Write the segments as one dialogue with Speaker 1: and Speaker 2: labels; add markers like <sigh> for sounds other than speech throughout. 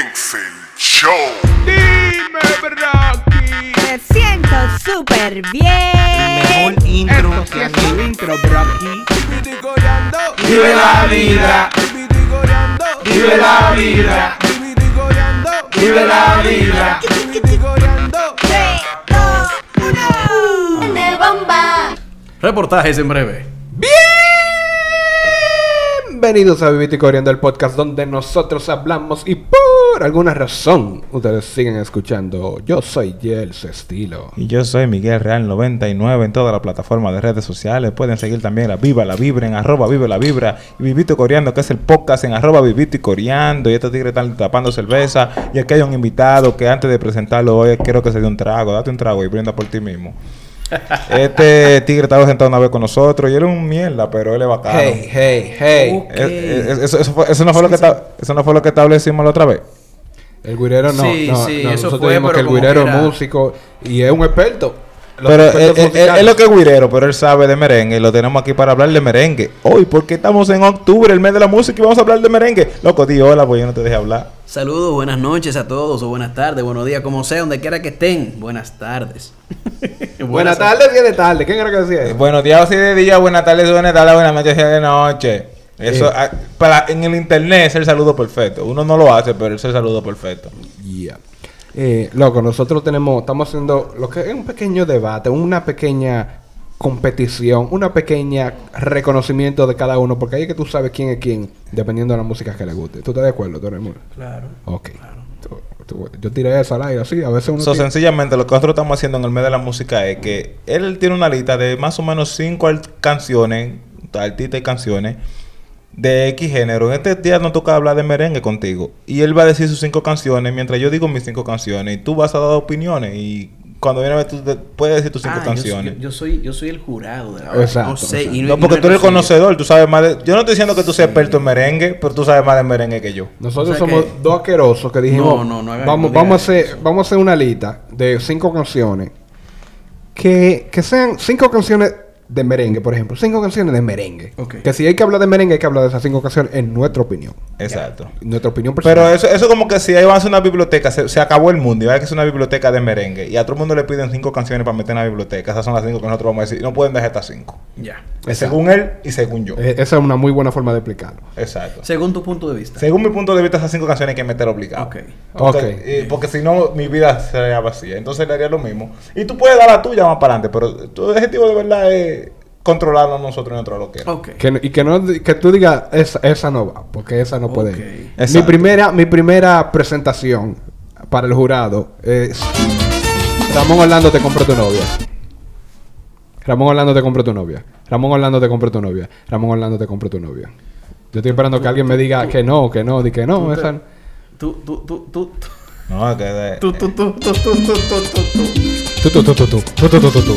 Speaker 1: Excel Show.
Speaker 2: Dime, Brocky.
Speaker 3: Me siento súper bien.
Speaker 4: Mejor intro
Speaker 2: Esto sí
Speaker 4: que
Speaker 2: es
Speaker 4: aquí.
Speaker 2: un intro, Brocky.
Speaker 4: Vive la vida. Vive la vida. Vive la vida.
Speaker 3: Tres, dos, uno.
Speaker 5: Reportajes en breve.
Speaker 2: Bienvenidos a Vivito y Corriendo, el podcast donde nosotros hablamos y por alguna razón ustedes siguen escuchando. Yo soy Yels Estilo.
Speaker 6: Y yo soy Miguel Real 99 en todas las plataformas de redes sociales. Pueden seguir también la Viva la Vibra en arroba Viva la Vibra y Vivito y Coreando, que es el podcast en arroba Vivito y Coreando. Y estos tigres están tapando cerveza. Y aquí hay un invitado que antes de presentarlo hoy, quiero que se dé un trago. Date un trago y brinda por ti mismo. Este tigre estaba sentado una vez con nosotros y él es un mierda, pero él es bacano.
Speaker 4: Hey, hey,
Speaker 2: Uh,
Speaker 4: hey.
Speaker 6: Es- es- eso, eso fue- eso no fue lo que esta- eso no fue lo que establecimos la otra vez.
Speaker 2: El guirero no,
Speaker 5: Sí,
Speaker 2: no,
Speaker 5: sí,
Speaker 2: no,
Speaker 5: eso
Speaker 2: nosotros
Speaker 5: fue,
Speaker 2: dijimos que
Speaker 5: pero
Speaker 2: el
Speaker 5: como
Speaker 2: guirero es
Speaker 5: quiera.
Speaker 2: músico y es un experto. Los
Speaker 6: Pero
Speaker 2: expertos
Speaker 6: él, él- él-
Speaker 2: musicales.
Speaker 6: él lo que es guirero, pero él sabe de merengue. y Lo tenemos aquí para hablar de merengue. Hoy, porque estamos en octubre, el mes de la música, y vamos a hablar de merengue. Loco, di hola, pues yo no te dejé hablar.
Speaker 5: Saludos, buenas noches a todos, o buenas tardes, buenos días, como sea, donde quiera que estén.
Speaker 2: <laughs>
Speaker 5: Buenas tardes.
Speaker 2: Buenas tardes, bien de tarde. ¿Quién era que decía
Speaker 6: Eh,
Speaker 2: eso?
Speaker 6: Buenos días, así de día, buenas tardes, buenas tardes, buenas noches, buenas de noche. Eso,
Speaker 2: Eh.
Speaker 6: ah, para, en el internet es el saludo perfecto. Uno no lo hace, pero es el saludo perfecto.
Speaker 2: Yeah. Eh, loco, nosotros tenemos, estamos haciendo lo que es un pequeño debate, una pequeña competición, una pequeña reconocimiento de cada uno, porque ahí es que tú sabes quién es quién, dependiendo de la música que le guste. ¿Tú estás de acuerdo, Toremur?
Speaker 5: Claro.
Speaker 2: Ok. Tú- tú- yo tiré eso al aire, así, a veces uno...
Speaker 6: So,
Speaker 2: tira-
Speaker 6: sencillamente, lo que nosotros estamos haciendo en el mes de la música es que él tiene una lista de más o menos cinco art- canciones, artistas y canciones de X género. En este día no toca hablar de merengue contigo. Y él va a decir sus cinco canciones mientras yo digo mis cinco canciones. Y tú vas a dar opiniones. Y cuando viene a ver, tú te- puedes decir tus cinco
Speaker 5: Ah, yo soy-
Speaker 6: canciones.
Speaker 5: Yo, soy, yo soy el jurado de la hora.
Speaker 2: Exacto,
Speaker 5: No sé,
Speaker 2: exacto.
Speaker 5: y
Speaker 6: no,
Speaker 5: y
Speaker 6: porque
Speaker 5: es
Speaker 6: tú eres el
Speaker 5: cosa mía.
Speaker 6: conocedor, tú sabes más de... Yo no estoy diciendo que tú seas experto en merengue, pero tú sabes más de merengue que yo.
Speaker 2: Nosotros
Speaker 5: O sea
Speaker 2: somos
Speaker 5: que-
Speaker 2: dos asquerosos que dijimos,
Speaker 5: No, no, no hagan-
Speaker 2: vamos,
Speaker 5: no digan
Speaker 2: vamos, a hacer,
Speaker 5: eso.
Speaker 2: vamos a hacer una lista de cinco canciones que, que sean cinco canciones de merengue, por ejemplo, cinco canciones de merengue.
Speaker 5: Ok.
Speaker 2: Que si hay que hablar de merengue, hay que hablar de esas cinco canciones en nuestra opinión.
Speaker 6: Exacto.
Speaker 2: Nuestra opinión personal.
Speaker 6: Pero eso, eso como que si ahí va a hacer una biblioteca, se, se acabó el mundo y va a que es una biblioteca de merengue. Y a todo el mundo le piden cinco canciones para meter en la biblioteca. Esas son las cinco que nosotros vamos a decir. No pueden dejar estas cinco. Eh,
Speaker 5: Ya.
Speaker 2: Exacto.
Speaker 6: Según él y según yo.
Speaker 2: Eh, esa es una muy buena forma de explicarlo.
Speaker 6: Exacto.
Speaker 5: Según tu punto de vista.
Speaker 6: Según mi punto de vista, esas cinco canciones hay que meter obligado.
Speaker 5: Ok.
Speaker 2: Ok.
Speaker 6: Eh, porque si no, mi vida sería vacía. Entonces le haría lo mismo. Y tú puedes dar la tuya más para adelante, pero tu objetivo de verdad es controlarnos nosotros y nosotros lo que
Speaker 5: Ok.
Speaker 2: Que no- y que, no, di- que tú digas, esa, esa no va, porque esa no puede.
Speaker 5: Ok.
Speaker 2: ir". Mi
Speaker 6: Exacto.
Speaker 2: primera, mi primera presentación para el jurado es Ramón Orlando te compró tu novia. Ramón Orlando te compró tu novia. Ramón Orlando te compró tu novia. Ramón Orlando te compró tu novia. Yo estoy esperando que alguien me diga que no, que no, di que no. esa no.
Speaker 5: Tú, tú, tú, tú, tú,
Speaker 6: No, es que. de-
Speaker 5: tú, tú, tú, tú, tú, tú, tú, tú.
Speaker 2: Tu, tu, tu, tu, tu, tu, tu, tu, tu, tu.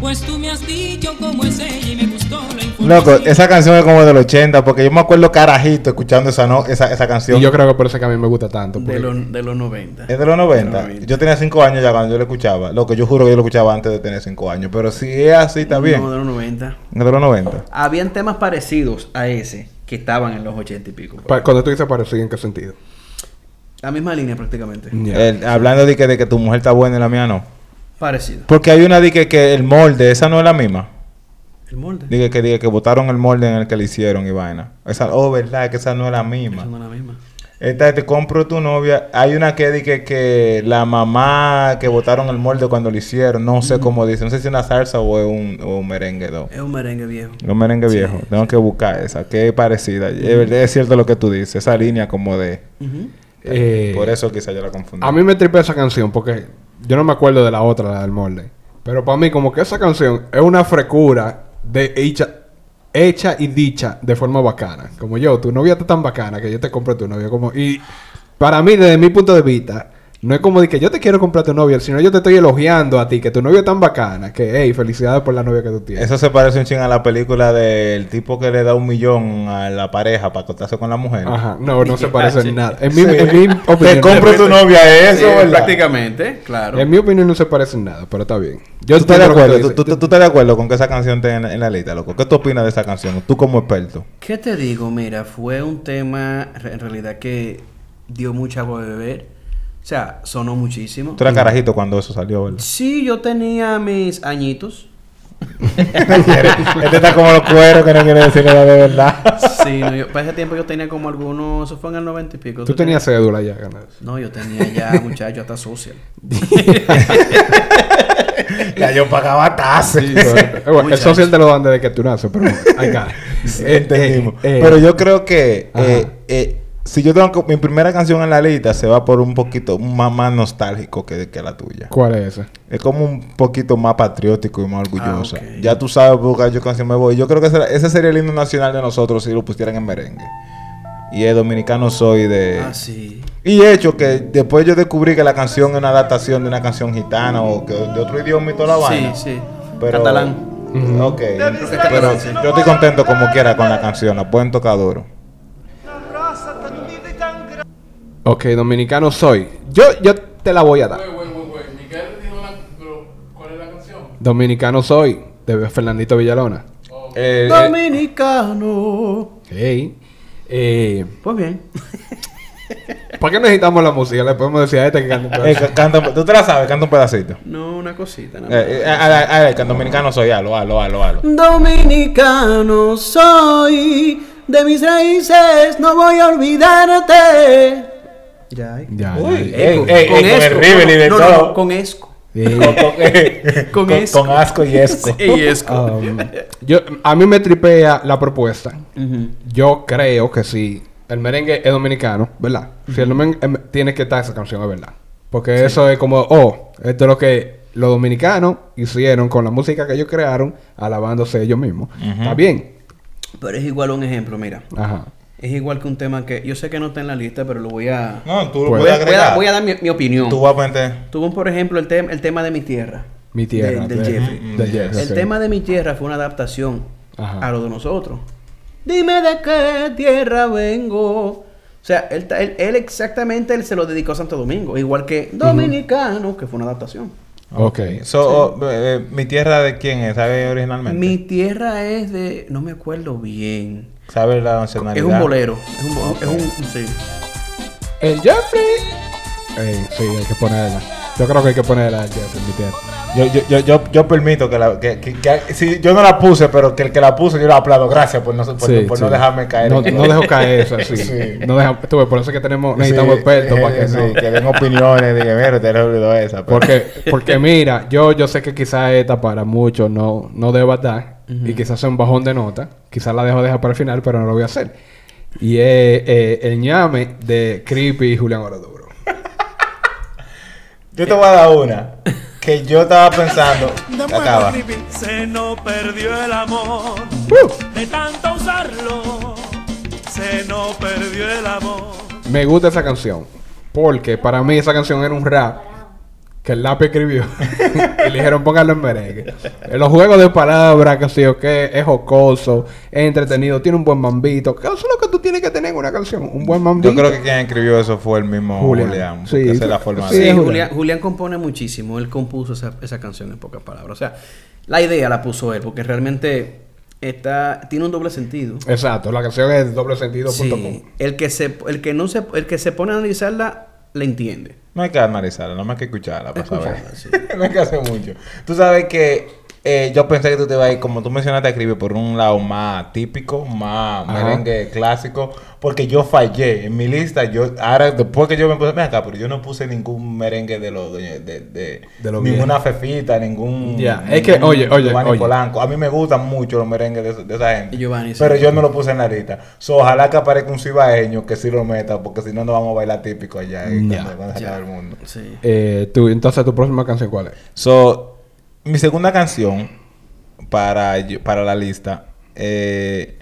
Speaker 7: Pues tú me has dicho cómo es ella y me gustó la información.
Speaker 6: Loco, esa canción es como del 80, porque yo me acuerdo carajito escuchando esa, no, esa, esa canción.
Speaker 2: Y yo creo que por eso es que a mí me gusta tanto.
Speaker 5: De
Speaker 2: porque-
Speaker 5: los de los 90.
Speaker 6: Es de los 90.
Speaker 5: De los
Speaker 6: Yo tenía 5 años ya cuando yo la escuchaba. Loco, yo juro que yo lo escuchaba antes de tener 5 años. Pero si es así, está bien.
Speaker 5: No, de los 90.
Speaker 6: Es de los 90.
Speaker 5: Habían temas parecidos a ese que estaban en los 80 y pico.
Speaker 2: Pa- Cuando tú dices parecido, ¿en qué sentido?
Speaker 5: La misma línea prácticamente.
Speaker 2: Ya.
Speaker 6: El- hablando de que, de que tu mujer está buena y la mía no.
Speaker 5: Parecido.
Speaker 6: Porque hay una de que, que el molde, esa no es la misma.
Speaker 5: El molde.
Speaker 6: Dije que, dije que botaron el molde en el que le hicieron y vaina. Esa, oh, verdad, que esa no es la misma.
Speaker 5: Esa no es la misma.
Speaker 6: Esta de te compro tu novia. Hay una que dije que la mamá que botaron el molde cuando lo hicieron. No sé cómo dice. No sé si es una salsa o es un, o un merengue. ¿no?
Speaker 5: Es un merengue viejo.
Speaker 6: Un merengue
Speaker 5: Sí,
Speaker 6: viejo. Tengo que buscar esa. Que es parecida. Es verdad, Es cierto lo que tú dices. Esa línea como de...
Speaker 5: Ujú.
Speaker 2: Eh,
Speaker 6: Por eso quizá yo la confundí.
Speaker 2: A mí me tripea esa canción porque yo no me acuerdo de la otra, la del molde. Pero para mí, como que esa canción es una frecura de hecha, hecha y dicha de forma bacana. Como yo, tu novia está tan bacana que yo te compré tu novia. Como, y para mí, desde mi punto de vista, No es como de que yo te quiero comprar tu novia, sino yo te estoy elogiando a ti, que tu novia es tan bacana, que, hey, felicidades por la novia que tú tienes.
Speaker 6: Eso se parece un ching a la película del tipo que le da un millón a la pareja para acostarse con la mujer.
Speaker 2: Ajá, no, no se parece en nada. En mi,
Speaker 6: Sí.
Speaker 2: en mi opinión.
Speaker 6: <laughs> Te compro tu novia
Speaker 5: Sí,
Speaker 6: eso, ¿verdad?
Speaker 5: prácticamente, claro.
Speaker 2: En mi opinión no se parece en nada, pero está bien.
Speaker 6: ¿Tú
Speaker 2: Yo
Speaker 6: estás de
Speaker 2: entiendo lo que
Speaker 6: acuerdo?
Speaker 2: dices.
Speaker 6: ¿Tú- tú- tú estás de acuerdo con que esa canción esté en, en la lista, loco? ¿Qué tú opinas de esa canción? Tú como experto.
Speaker 5: ¿Qué te digo? Mira, fue un tema re- en realidad que dio mucha agua a beber. O sea, sonó muchísimo.
Speaker 6: Tú eras carajito cuando eso salió,
Speaker 5: <laughs>
Speaker 6: ¿verdad?
Speaker 5: Sí, yo tenía
Speaker 6: <laughs>
Speaker 5: mis añitos.
Speaker 6: este está como los cueros que no quiere decir nada de verdad.
Speaker 5: Sí, no, yo- para ese tiempo yo tenía como algunos, eso fue en el 90 y pico.
Speaker 2: Tú tenías cédula ya, ganado.
Speaker 5: No, yo tenía
Speaker 6: <laughs>
Speaker 5: ya, muchacho, hasta social.
Speaker 6: <laughs> ya yo pagaba tasas.
Speaker 2: Eh, <laughs> bueno, el social te lo dan desde que tú naces, pero I got it. Eh,
Speaker 6: <laughs> Entendimos.
Speaker 2: eh, eh,
Speaker 6: Pero yo creo que
Speaker 2: Ajá.
Speaker 6: eh, eh, si yo tengo que- mi primera canción en la lista se va por un poquito más, más nostálgico que, que la tuya.
Speaker 2: ¿Cuál es esa?
Speaker 6: Es como un poquito más patriótico y más orgullosa.
Speaker 5: Ah, ok.
Speaker 6: Ya tú sabes por qué yo canción me voy. Yo creo que ese, ese sería el himno nacional de nosotros si lo pusieran en merengue. Y el dominicano soy de...
Speaker 5: Ah, sí.
Speaker 6: Y hecho que después yo descubrí que la canción es una adaptación de una canción gitana o que, de otro idioma y toda la
Speaker 5: Sí,
Speaker 6: vaina.
Speaker 5: sí.
Speaker 6: Pero-
Speaker 5: Catalán.
Speaker 6: Mm, Ok. Pero yo estoy contento como quiera con la canción. La pueden tocar duro.
Speaker 2: Ok, dominicano soy. Yo, yo te la voy a dar. Dominicano soy, de Fernandito Villalona.
Speaker 6: Eh, eh,
Speaker 5: Dominicano.
Speaker 2: Hey. Eh,
Speaker 5: Pues bien.
Speaker 2: ¿Para qué necesitamos la música? Le podemos decir a este que cante un
Speaker 6: eh, <laughs>
Speaker 2: pedazo.
Speaker 6: ca- canta un- tú te la sabes, canta un pedacito.
Speaker 5: No, una cosita. Nada más.
Speaker 6: Eh, eh, a- a- a- a- que en dominicano soy, halo, halo, halo, halo.
Speaker 5: Dominicano soy, de mis raíces no voy a olvidarte. Ya, eh. ahí.
Speaker 2: Ya,
Speaker 6: Uy,
Speaker 2: ya.
Speaker 6: ey, ey,
Speaker 5: con
Speaker 6: ey, con
Speaker 5: esco,
Speaker 6: el ribbon y de
Speaker 5: no, no, no,
Speaker 6: todo.
Speaker 5: con esco.
Speaker 2: Eh,
Speaker 6: Con, con- eh,
Speaker 5: <laughs> <laughs> Con
Speaker 6: con-
Speaker 5: esco.
Speaker 6: con asco y
Speaker 5: <laughs>
Speaker 6: esco. Ah,
Speaker 5: Ey, esco.
Speaker 2: um, yo, a mí me tripea la propuesta.
Speaker 5: Ujú.
Speaker 2: Yo creo que sí. El merengue es dominicano, ¿verdad? Si el merengue em, tiene que estar esa canción, es verdad. Porque eso es como, oh, esto es lo que los dominicanos hicieron con la música que ellos crearon, alabándose ellos mismos. Está bien.
Speaker 5: Pero es igual un ejemplo, mira.
Speaker 2: Ajá.
Speaker 5: Es igual que un tema que yo sé que no está en la lista, pero lo voy a.
Speaker 6: No, tú lo
Speaker 2: Pues,
Speaker 6: puedes
Speaker 5: voy, a
Speaker 6: agregar.
Speaker 5: voy a dar mi, mi opinión.
Speaker 6: Tú vas a meter.
Speaker 5: Tuvo, por ejemplo, el, tem- el tema de mi tierra.
Speaker 2: Mi tierra.
Speaker 5: De- del
Speaker 2: de-
Speaker 5: Jeffrey.
Speaker 2: del Jeffrey,
Speaker 5: El
Speaker 2: sí.
Speaker 5: tema de mi tierra fue una adaptación
Speaker 2: Ajá.
Speaker 5: a lo de nosotros. Dime de qué tierra vengo. O sea, él, ta- él- él exactamente él se lo dedicó a Santo Domingo, igual que Dominicano, que fue una adaptación.
Speaker 2: Ok.
Speaker 6: So, oh, eh, eh, ¿Mi tierra de quién es? ¿Sabe originalmente?
Speaker 5: Mi tierra es de, no me acuerdo bien.
Speaker 6: ¿Sabe la
Speaker 5: Es
Speaker 6: nacionalidad?
Speaker 5: un bolero, es un, bo- es un- sí.
Speaker 2: El Jeffrey. Ey, sí, hay que ponerla. Yo creo que hay que ponerla al Jeffrey, mi tierra.
Speaker 6: Yo, yo, yo, yo, yo permito que la. Que, que- que- si yo no la puse, pero que el que la puso, yo la aplaudo. Gracias por no, por,
Speaker 2: Sí,
Speaker 6: por
Speaker 2: sí.
Speaker 6: no dejarme caer.
Speaker 2: No, no dejo
Speaker 6: <laughs>
Speaker 2: caer eso, sí.
Speaker 6: Sí.
Speaker 2: No deja, tú ves, por eso es que tenemos, necesitamos expertos para que
Speaker 6: <laughs> sí,
Speaker 2: no.
Speaker 6: que den opiniones. Dije, mira, te lo olvidó esa. pero- <laughs>
Speaker 2: Porque, porque mira, yo, yo sé que quizás esta para muchos no, no deba dar y quizás sea un bajón de nota. Quizás la dejo dejar para el final, pero no lo voy a hacer. Y es eh, el ñame de Creepy y Julián Oroduro.
Speaker 6: Yo te voy a dar una que yo estaba pensando. Acaba.
Speaker 1: Se nos perdió el amor
Speaker 6: Uh.
Speaker 1: de tanto usarlo. Se nos perdió el amor.
Speaker 2: Me gusta esa canción. Porque para mí esa canción era un rap que el lápiz escribió. <laughs> y le dijeron póngalo en merengue. En los juegos de palabras, que sí o qué, es jocoso, es entretenido, tiene un buen mambito. Que Eso es lo que tú tienes que tener en una canción. Un buen mambito.
Speaker 6: Yo creo que quien escribió eso fue el mismo
Speaker 2: Julián.
Speaker 6: Julián. porque
Speaker 2: Sí.
Speaker 6: esa es la forma
Speaker 2: Sí,
Speaker 5: Sí,
Speaker 6: de.
Speaker 2: Julián.
Speaker 5: Julián, Julián compone muchísimo. Él compuso esa, esa canción en pocas palabras. O sea, la idea la puso él, porque realmente está, tiene un doble sentido.
Speaker 2: Exacto, la canción es doble
Speaker 5: Sí, el que se, el que no se, el que se pone a analizarla, la entiende.
Speaker 6: No hay que analizarla, no más que escucharla para
Speaker 5: Escucharla,
Speaker 6: saber. <laughs> no hay que hacer mucho. Tú sabes que eh, yo pensé que tú te ibas a ir, como tú mencionaste, a escribir por un lado más típico, más
Speaker 2: Ajá.
Speaker 6: merengue clásico, porque yo fallé. En mi lista, yo ahora, después que yo me puse, mira acá, pero yo no puse ningún merengue de los. de, de, de-
Speaker 2: De lo
Speaker 6: ninguna fefita, ningún.
Speaker 2: Ya, es que,
Speaker 6: ningún
Speaker 2: oye, oye,
Speaker 6: Giovanni
Speaker 2: oye.
Speaker 6: Polanco. A mí me gustan mucho los merengues de, esa- de esa gente.
Speaker 5: Y Giovanni, sí.
Speaker 6: pero yo no lo puse en la lista. So, ojalá que aparezca un cibaeño que sí lo meta, porque si no, no vamos a bailar típico allá. eh,
Speaker 2: Ya.
Speaker 6: cuando- cuando se
Speaker 5: Ya.
Speaker 6: acabe el mundo.
Speaker 5: Sí.
Speaker 2: Eh, tú, entonces, ¿tu próxima canción cuál es?
Speaker 6: So, mi segunda canción para, yo- para la lista eh,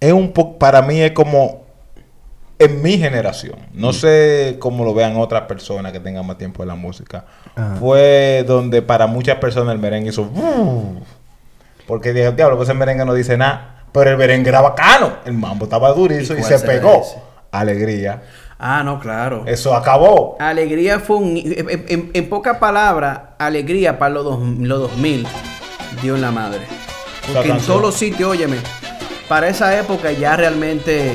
Speaker 6: es un poco, para mí es como en mi generación,
Speaker 5: Mm.
Speaker 6: no sé cómo lo vean otras personas que tengan más tiempo de la música, fue donde para muchas personas el merengue hizo... "Buf". Porque dije, diablo, pues el merengue no dice nada, pero el merengue era bacano, el mambo estaba durizo
Speaker 5: ¿Y
Speaker 6: y,
Speaker 5: cuál
Speaker 6: se
Speaker 5: será
Speaker 6: pegó.
Speaker 5: ese?
Speaker 6: Alegría.
Speaker 5: Ah, no, claro.
Speaker 6: Eso acabó.
Speaker 5: Alegría fue un. En, en- en pocas palabras, alegría para los, dos, los 2000 dio en la madre. Porque en
Speaker 6: canción.
Speaker 5: todos los sitios, Óyeme, para esa época ya realmente,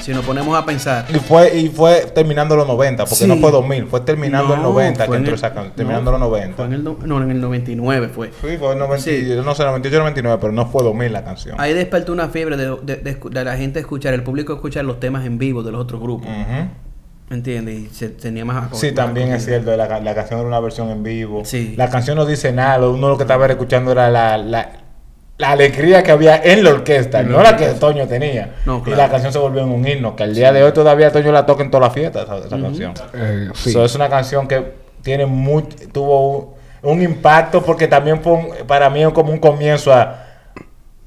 Speaker 5: si nos ponemos a pensar.
Speaker 6: Y fue, y fue terminando los 90, porque
Speaker 5: Sí.
Speaker 6: no fue 2000, fue terminando el
Speaker 5: No,
Speaker 6: 90 que
Speaker 5: fue en
Speaker 6: entró
Speaker 5: el-
Speaker 6: esa can-
Speaker 5: no,
Speaker 6: terminando los 90.
Speaker 5: fue en el, no- no, en el 99 fue.
Speaker 6: Sí, fue en 90,
Speaker 5: Sí.
Speaker 6: no sé, 98 99, pero no fue 2000 la canción.
Speaker 5: Ahí despertó una fiebre de, de- de escu- de la gente escuchar, el público escuchar los temas en vivo de los otros grupos.
Speaker 6: Ujú.
Speaker 5: ¿Me entiendes? Y se tenía más acogida.
Speaker 6: Mm. Sí, también es cierto, la, ca- la canción era una versión en vivo.
Speaker 5: Sí.
Speaker 6: La canción no dice nada, lo- uno lo que estaba escuchando era la, la, la alegría que había en la orquesta, no la que Toño tenía.
Speaker 5: No,
Speaker 6: Y
Speaker 5: claro.
Speaker 6: la canción se volvió en un himno, que al día de hoy todavía Toño la toca en todas las fiestas, esa, esa canción.
Speaker 2: Eh, sí.
Speaker 6: So, es una canción que tiene mucho, tuvo un, un impacto porque también fue un- para mí es como un comienzo a,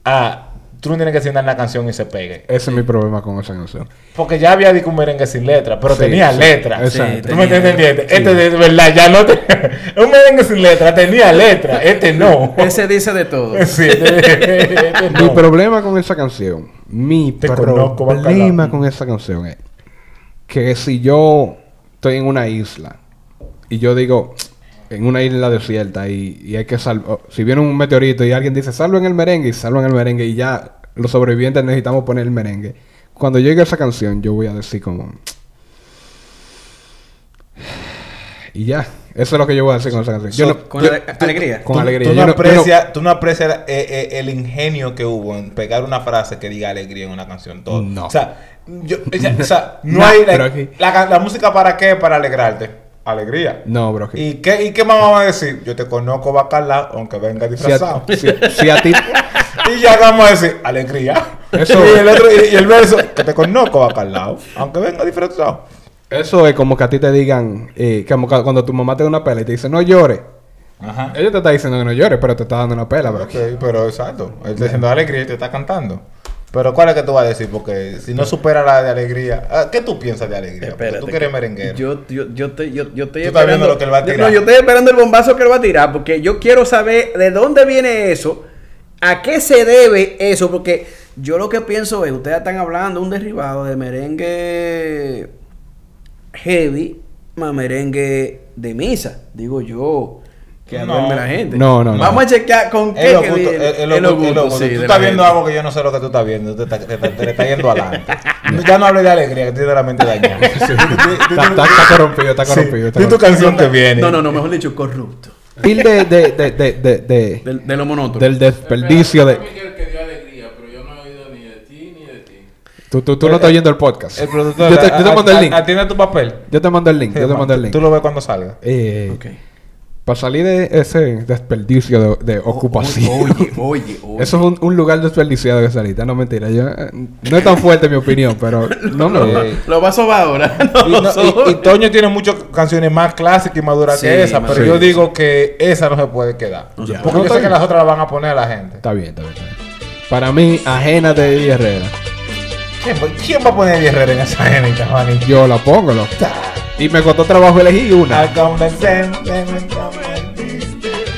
Speaker 6: a tú no tienes que sin la canción y se pegue.
Speaker 2: Ese es mi problema con esa canción.
Speaker 6: Porque ya había dicho un merengue sin letra, pero
Speaker 2: Sí,
Speaker 6: tenía
Speaker 2: sí,
Speaker 6: letra.
Speaker 2: exacto.
Speaker 6: ¿Tú me
Speaker 5: Tenía
Speaker 6: estás
Speaker 5: letra,
Speaker 6: entendiendo? Este de verdad ya no te- <laughs> un merengue sin letra, tenía letra, este no.
Speaker 5: Ese dice de todo.
Speaker 6: <laughs> Sí, <laughs> este- este
Speaker 2: Mi
Speaker 6: no.
Speaker 2: problema con esa canción, mi
Speaker 6: Te conozco,
Speaker 2: problema
Speaker 6: bacalao.
Speaker 2: con esa canción es que si yo estoy en una isla y yo digo en una isla desierta y, y hay que salvar, si viene un meteorito y alguien dice salven el merengue y salvan el merengue y ya los sobrevivientes necesitamos poner el merengue. Cuando llegue esa canción yo voy a decir como y ya, eso es lo que yo voy a decir con esa canción. Yo
Speaker 6: So,
Speaker 2: no-
Speaker 5: Con
Speaker 2: yo-
Speaker 5: ale- alegría.
Speaker 2: con
Speaker 6: Tú-
Speaker 2: alegría.
Speaker 6: Tú no
Speaker 2: Yo no- yo no-
Speaker 6: aprecias tú no aprecias, eh, eh, el ingenio que hubo en pegar una frase que diga alegría en una canción. Todo.
Speaker 2: No.
Speaker 6: O sea, yo- o sea,
Speaker 2: <laughs>
Speaker 6: o sea, no,
Speaker 2: No,
Speaker 6: hay.
Speaker 2: pero
Speaker 6: La,
Speaker 2: aquí-
Speaker 6: la ca- la música para qué? Para alegrarte. Alegría.
Speaker 2: no, bro. que-
Speaker 6: ¿Y qué, ¿Y qué más vamos a decir? Yo te conozco bacalao, aunque venga
Speaker 2: Si <laughs>
Speaker 6: disfrazado.
Speaker 2: a, si, si
Speaker 6: <laughs>
Speaker 2: a ti.
Speaker 6: y ya vamos a decir, alegría.
Speaker 2: Eso-
Speaker 6: <laughs> Y el otro, y, y el verso, que te conozco bacalao, aunque venga disfrazado.
Speaker 2: Eso es como que a ti te digan, eh, como ca- cuando tu mamá te da una pela y te dice, no llores.
Speaker 6: Ajá.
Speaker 2: Ella te está diciendo que no llores, pero te está dando una pela, bro.
Speaker 6: Ok, pero exacto. Él está diciendo alegría y te está cantando. Pero ¿cuál es que tú vas a decir? Porque si no supera la de alegría, ah, ¿qué tú piensas de alegría? Porque tú que eres merenguero.
Speaker 5: Yo, yo, yo estoy, yo, yo estoy
Speaker 6: Tú estás viendo lo que él va a tirar.
Speaker 5: No, yo estoy esperando el bombazo que él va a tirar porque yo quiero saber de dónde viene eso, a qué se debe eso, porque yo lo que pienso es, ustedes están hablando un derivado de merengue heavy más merengue de misa, digo yo. Que
Speaker 6: No.
Speaker 5: duerme la gente.
Speaker 2: No, no, no.
Speaker 5: Vamos a chequear con qué
Speaker 6: Es lo
Speaker 5: que
Speaker 6: justo,
Speaker 5: viene.
Speaker 6: es- es lo
Speaker 5: Es lo
Speaker 6: justo, es lo
Speaker 5: justo,
Speaker 6: justo.
Speaker 5: sí, de
Speaker 6: Tú
Speaker 5: la
Speaker 6: estás viendo
Speaker 5: gente.
Speaker 6: algo que yo no sé lo que tú estás viendo. Te está, te, está- te
Speaker 2: <laughs>
Speaker 6: le está yendo adelante. ya no hables de alegría, que tienes la mente dañada.
Speaker 2: Está, está- está corrompido, está corrompido. está
Speaker 6: Y tu
Speaker 2: corrompido.
Speaker 6: canción que viene.
Speaker 5: No, no, no, mejor dicho, corrupto.
Speaker 2: Pil de, de, de, de, de- de-
Speaker 5: De, de lo monótono.
Speaker 2: del desperdicio
Speaker 8: Fue
Speaker 2: de...
Speaker 8: Miguel que dio alegría, pero yo no he oído ni de ti ni de ti.
Speaker 2: Tú, tú, tú no estás oyendo el podcast.
Speaker 6: Eh, El productor.
Speaker 2: yo, te, yo te
Speaker 6: a-
Speaker 2: mando el
Speaker 6: a-
Speaker 2: link.
Speaker 6: Atiende tu papel.
Speaker 2: Yo te mando el link. Yo te
Speaker 6: Sí,
Speaker 2: mando el link.
Speaker 6: Tú lo ves cuando salga.
Speaker 2: Eh,
Speaker 5: Ok.
Speaker 2: Para salir de ese desperdicio de, de ocupación.
Speaker 5: Oye,
Speaker 2: <laughs>
Speaker 5: oye, oye.
Speaker 2: Eso es un, un lugar desperdiciado que salita, no mentira. Yo, eh, no es tan fuerte mi opinión, pero no me
Speaker 6: Eh,
Speaker 5: Lo va a sobar ahora. <laughs> No,
Speaker 6: Y,
Speaker 5: lo
Speaker 6: no- y-
Speaker 5: soba.
Speaker 6: y Toño tiene muchas canciones más clásicas y más duras
Speaker 5: Sí,
Speaker 6: que esa,
Speaker 5: más
Speaker 6: pero
Speaker 2: sí.
Speaker 6: yo digo que esa no se puede quedar.
Speaker 5: se
Speaker 6: Porque
Speaker 2: puede.
Speaker 6: yo sé que las otras las van a poner a la gente.
Speaker 2: Está bien, está bien. está bien. Para mí, ajena de Eddie Herrera.
Speaker 6: ¿Quién, va- quién va a poner a Herrera en esa gente, manito?
Speaker 2: Yo la pongo, loco. Y me costó trabajo elegir una.
Speaker 6: Ah,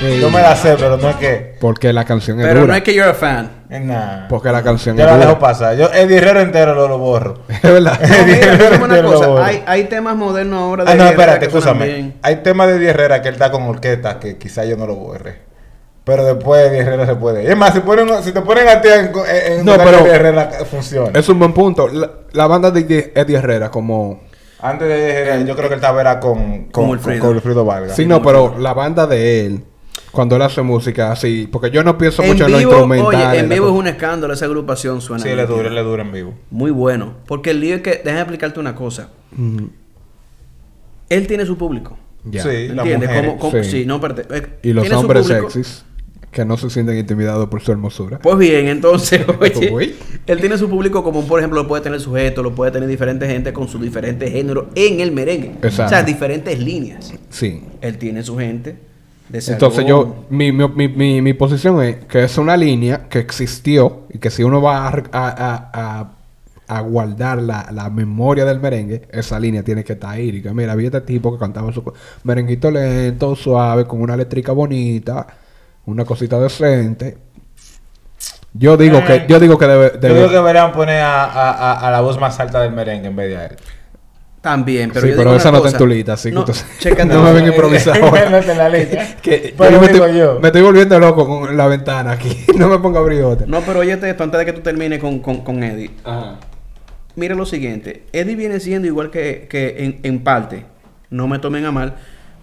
Speaker 2: Ey.
Speaker 6: Yo me la sé, pero no es que.
Speaker 2: Eh, Porque la canción es
Speaker 5: Pero no
Speaker 2: dura.
Speaker 5: es que you're
Speaker 2: <laughs>
Speaker 5: a fan.
Speaker 6: es nada.
Speaker 2: Porque la canción
Speaker 6: Yo
Speaker 2: es
Speaker 6: la
Speaker 2: dura.
Speaker 6: dejo pasar. Yo Eddie Herrera entero lo, lo borro.
Speaker 2: <laughs> Es verdad.
Speaker 5: No, mira, dime
Speaker 6: Te
Speaker 5: una
Speaker 6: lo borro.
Speaker 5: cosa. Hay, hay temas modernos ahora de
Speaker 6: Ah, no,
Speaker 5: Herrera
Speaker 6: espérate,
Speaker 5: que suenan
Speaker 6: escúchame.
Speaker 5: bien.
Speaker 6: Hay temas de Eddie Herrera que él está con orquesta que quizá yo no lo borre. Pero después de Eddie Herrera se puede. Es más, si, ponen, si te ponen a ti en, en en
Speaker 2: No,
Speaker 6: lugar de
Speaker 2: pero-
Speaker 6: Eddie Herrera funciona.
Speaker 2: Es un buen punto. La, la banda de Eddie- Eddie Herrera, como.
Speaker 6: Antes de Eddie Herrera, yo creo que él estaba era con,
Speaker 5: Eh, Con
Speaker 6: con,
Speaker 5: Wilfrido.
Speaker 6: con Wilfrido Vargas.
Speaker 2: Sí, no, pero la banda de él, cuando él hace música así. Porque yo no pienso mucho en
Speaker 5: en
Speaker 2: los
Speaker 5: vivo,
Speaker 2: instrumentales.
Speaker 5: oye, en
Speaker 2: la
Speaker 5: vivo es
Speaker 2: cosa.
Speaker 5: un escándalo. Esa agrupación suena
Speaker 6: Sí, le
Speaker 5: nítido.
Speaker 6: dura, le dura en vivo.
Speaker 5: muy bueno. Porque el lío es que, déjame explicarte una cosa.
Speaker 2: Ujú.
Speaker 5: Él tiene su público.
Speaker 2: Mm, Ya.
Speaker 6: Sí, la
Speaker 5: ¿Entiendes?
Speaker 6: mujer.
Speaker 5: Como- como-
Speaker 2: Sí.
Speaker 5: sí. no, espérate. Eh,
Speaker 2: Y los
Speaker 5: tiene su
Speaker 2: hombres
Speaker 5: público.
Speaker 2: sexys que no se sienten intimidados por su hermosura.
Speaker 5: Pues bien, entonces,
Speaker 2: <laughs>
Speaker 5: oye,
Speaker 2: Uy.
Speaker 5: él tiene su público común, por ejemplo, lo puede tener sujeto, lo puede tener diferente gente con sus diferentes géneros en el merengue.
Speaker 2: Exacto.
Speaker 5: O sea, diferentes líneas.
Speaker 2: Sí.
Speaker 5: Él tiene su gente. de
Speaker 2: Entonces
Speaker 5: salón.
Speaker 2: yo, mi, mi, mi, mi, mi posición es que es una línea que existió y que si uno va a, a- a- a a guardar la, la memoria del merengue, esa línea tiene que estar ahí. Digo, mira, había este tipo que cantaba su co- merenguito lento, suave, con una eléctrica bonita, una cosita decente. Yo digo que, yo digo que debe,
Speaker 6: Yo
Speaker 2: debe-
Speaker 6: creo que deberían poner a, a- a- a la voz más alta del merengue en vez de a él.
Speaker 5: También, pero
Speaker 2: sí,
Speaker 5: yo
Speaker 2: pero
Speaker 5: digo
Speaker 2: esa
Speaker 5: una
Speaker 2: no está en
Speaker 5: cosa.
Speaker 2: tu lista, así que
Speaker 5: no,
Speaker 2: entonces
Speaker 5: <laughs> chécate.
Speaker 2: <laughs> no me ven
Speaker 6: <laughs>
Speaker 2: improvisar ahora.
Speaker 6: Métete en la lista.
Speaker 2: <laughs> Que
Speaker 6: Pero
Speaker 2: yo me,
Speaker 6: digo
Speaker 2: estoy,
Speaker 6: yo.
Speaker 2: me estoy volviendo loco con la ventana aquí. <laughs> No me ponga briote.
Speaker 5: <laughs> No, pero oye esto, antes de que tú termines con, con, con Eddie. Mira lo siguiente, Eddie viene siendo igual que, que en, en parte, no me tomen a mal,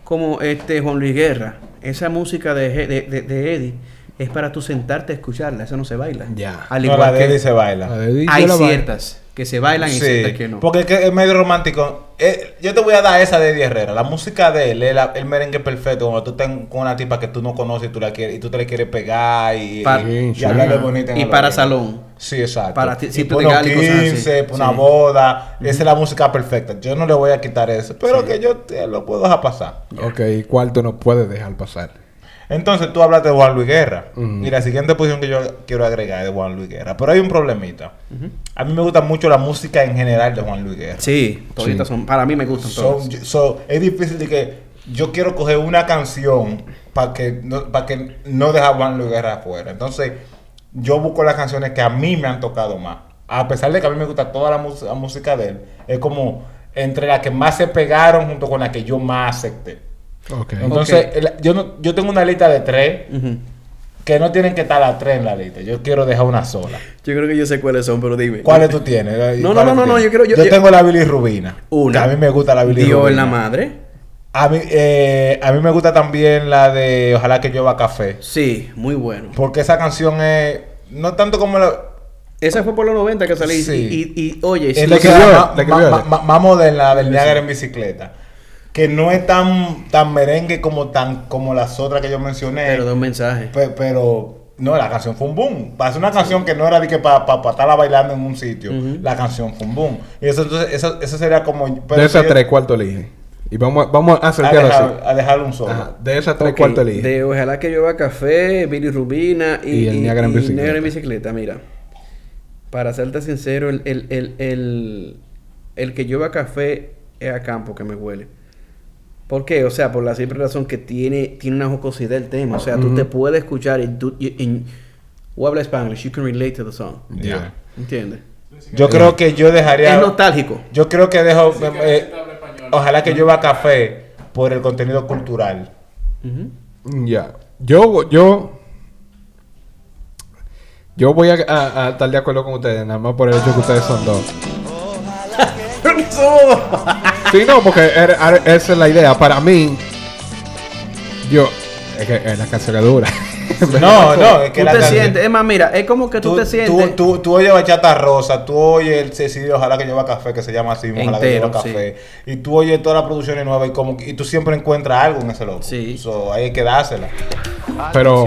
Speaker 5: como este Juan Luis Guerra. Esa música de, Je- de, de- de Eddie es para tú sentarte a escucharla, esa no se baila.
Speaker 2: Ya.
Speaker 5: Al
Speaker 6: No,
Speaker 5: igual
Speaker 6: la
Speaker 5: que
Speaker 6: de Eddie se baila.
Speaker 2: La de Eddie
Speaker 5: hay
Speaker 2: yo la bailo.
Speaker 5: ciertas que se bailan y ciertas que no.
Speaker 6: Porque es, que es medio romántico. Eh, yo te voy a dar esa de Eddie Herrera. La música de él, el, el merengue perfecto. Cuando tú estás con una tipa que tú no conoces y tú, la quieres, y tú te le quieres pegar y,
Speaker 5: Pa-
Speaker 6: y, y
Speaker 2: Sí,
Speaker 6: hablarle
Speaker 2: sí.
Speaker 6: bonito. en
Speaker 5: Y
Speaker 6: el
Speaker 5: para
Speaker 6: oído.
Speaker 5: salón.
Speaker 6: Sí, exacto.
Speaker 5: Para ti-
Speaker 6: Y
Speaker 5: sitio
Speaker 6: por los
Speaker 5: legal y cosas así.
Speaker 6: 15, por una
Speaker 5: Sí.
Speaker 6: boda. Esa es la música perfecta. Yo no le voy a quitar eso. Pero que yo te lo puedo dejar pasar.
Speaker 2: Ok, ¿cuál tú no puedes dejar pasar?
Speaker 6: Entonces tú hablas de Juan Luis Guerra.
Speaker 2: Ujú.
Speaker 6: Y la siguiente posición que yo quiero agregar es de Juan Luis Guerra. Pero hay un problemita. A mí me gusta mucho la música en general de Juan Luis Guerra.
Speaker 5: Sí, toditas
Speaker 2: Sí.
Speaker 5: son, para mí me gustan
Speaker 6: So,
Speaker 5: todas.
Speaker 6: yo- so, es difícil de que yo quiero coger una canción para que no, para que no deja a Juan Luis Guerra afuera. Entonces, yo busco las canciones que a mí me han tocado más. A pesar de que a mí me gusta toda la, mus- la música de él, es como entre las que más se pegaron junto con las que yo más acepté.
Speaker 2: Ok.
Speaker 6: Entonces,
Speaker 5: Ok.
Speaker 6: el- yo, no- yo tengo una lista de tres
Speaker 5: Ujú.
Speaker 6: que no tienen que estar las tres en la lista. Yo quiero dejar una sola.
Speaker 5: Yo creo que yo sé cuáles son, pero dime.
Speaker 6: ¿Cuáles tú tienes?
Speaker 5: No, no,
Speaker 6: ¿Cuáles
Speaker 5: no,
Speaker 6: tú
Speaker 5: no, no,
Speaker 6: tienes?
Speaker 5: yo quiero- yo- yo-
Speaker 6: tengo la bilirrubina.
Speaker 5: Una.
Speaker 6: Que a mí me gusta la bilirrubina.
Speaker 5: Dios en la madre.
Speaker 6: A mí, eh, a mí me gusta también la de Ojalá que llueva café.
Speaker 5: Sí, muy bueno.
Speaker 6: Porque esa canción es. No tanto como la.
Speaker 5: Esa fue por los 90 que salí.
Speaker 6: Sí.
Speaker 5: Y, y- y, oye,
Speaker 6: Es
Speaker 5: sí,
Speaker 6: la
Speaker 2: le
Speaker 6: que
Speaker 2: escribió él,
Speaker 6: más,
Speaker 2: le escribió
Speaker 6: más-
Speaker 2: él.
Speaker 6: más- más moderna, la del Niágara en bicicleta. Que no es tan, tan merengue como, tan, como las otras que yo mencioné.
Speaker 5: pero dos mensajes.
Speaker 6: Pe- pero no, la canción fue un boom. Para hacer una canción que no era de que para estarla bailando en un sitio.
Speaker 5: Ujú.
Speaker 6: La canción fue un boom. Y eso entonces, eso, eso sería como.
Speaker 2: de esas
Speaker 6: yo-
Speaker 2: tres, ¿cuál tú eliges? Y vamos, a- vamos a
Speaker 6: A
Speaker 2: acercarlo
Speaker 6: dejar-
Speaker 2: así.
Speaker 6: a dejarlo un solo.
Speaker 2: Ajá, De esas tres,
Speaker 5: Ok,
Speaker 2: ¿cuál tú eliges?
Speaker 5: De Ojalá que llueva café, Billy Rubina y,
Speaker 2: Y el Niágara en
Speaker 5: y
Speaker 2: bicicleta.
Speaker 5: Niágara en bicicleta, mira. Para serte sincero, el, el, el, el, el que llueva café es a campo que me huele. ¿Por qué? O sea, por la simple razón que tiene, tiene una jocosidad el tema. O sea, tú
Speaker 2: Ujú.
Speaker 5: te puedes escuchar y tú... y- y- who habla Spanish, you can relate to the song.
Speaker 2: Ya.
Speaker 6: Ya.
Speaker 5: ¿Entiendes?
Speaker 6: Yo creo que yo dejaría.
Speaker 5: Es nostálgico.
Speaker 6: Yo creo que dejo.
Speaker 8: Dicen que
Speaker 6: eh,
Speaker 8: la
Speaker 6: eh,
Speaker 8: gente habla español.
Speaker 6: ojalá
Speaker 5: Mm.
Speaker 6: que llueva café por el contenido cultural.
Speaker 5: Ujú.
Speaker 2: Mm, Ya. Yo, yo. Yo voy a, a- a estar de acuerdo con ustedes, nada más por el hecho que ustedes son dos. Sí, no, porque er- er- esa es la idea. Para mí, yo. Es que es la canción que dura.
Speaker 6: No, <laughs> no, es que
Speaker 5: Tú
Speaker 6: la
Speaker 5: te
Speaker 6: canción-
Speaker 5: sientes... Es más, mira, es como que tú, te sientes...
Speaker 6: Tú, tú, tú oyes Bachata Rosa, tú oyes el Cecilio Ojalá que lleva café, que se llama así, mismo, Ojalá que
Speaker 5: Entero,
Speaker 6: lleva café. Y tú oyes todas las producciones nuevas y, como, que- y tú siempre encuentras algo en ese loco.
Speaker 5: Sí.
Speaker 6: So, hay que dársela.
Speaker 2: Pero.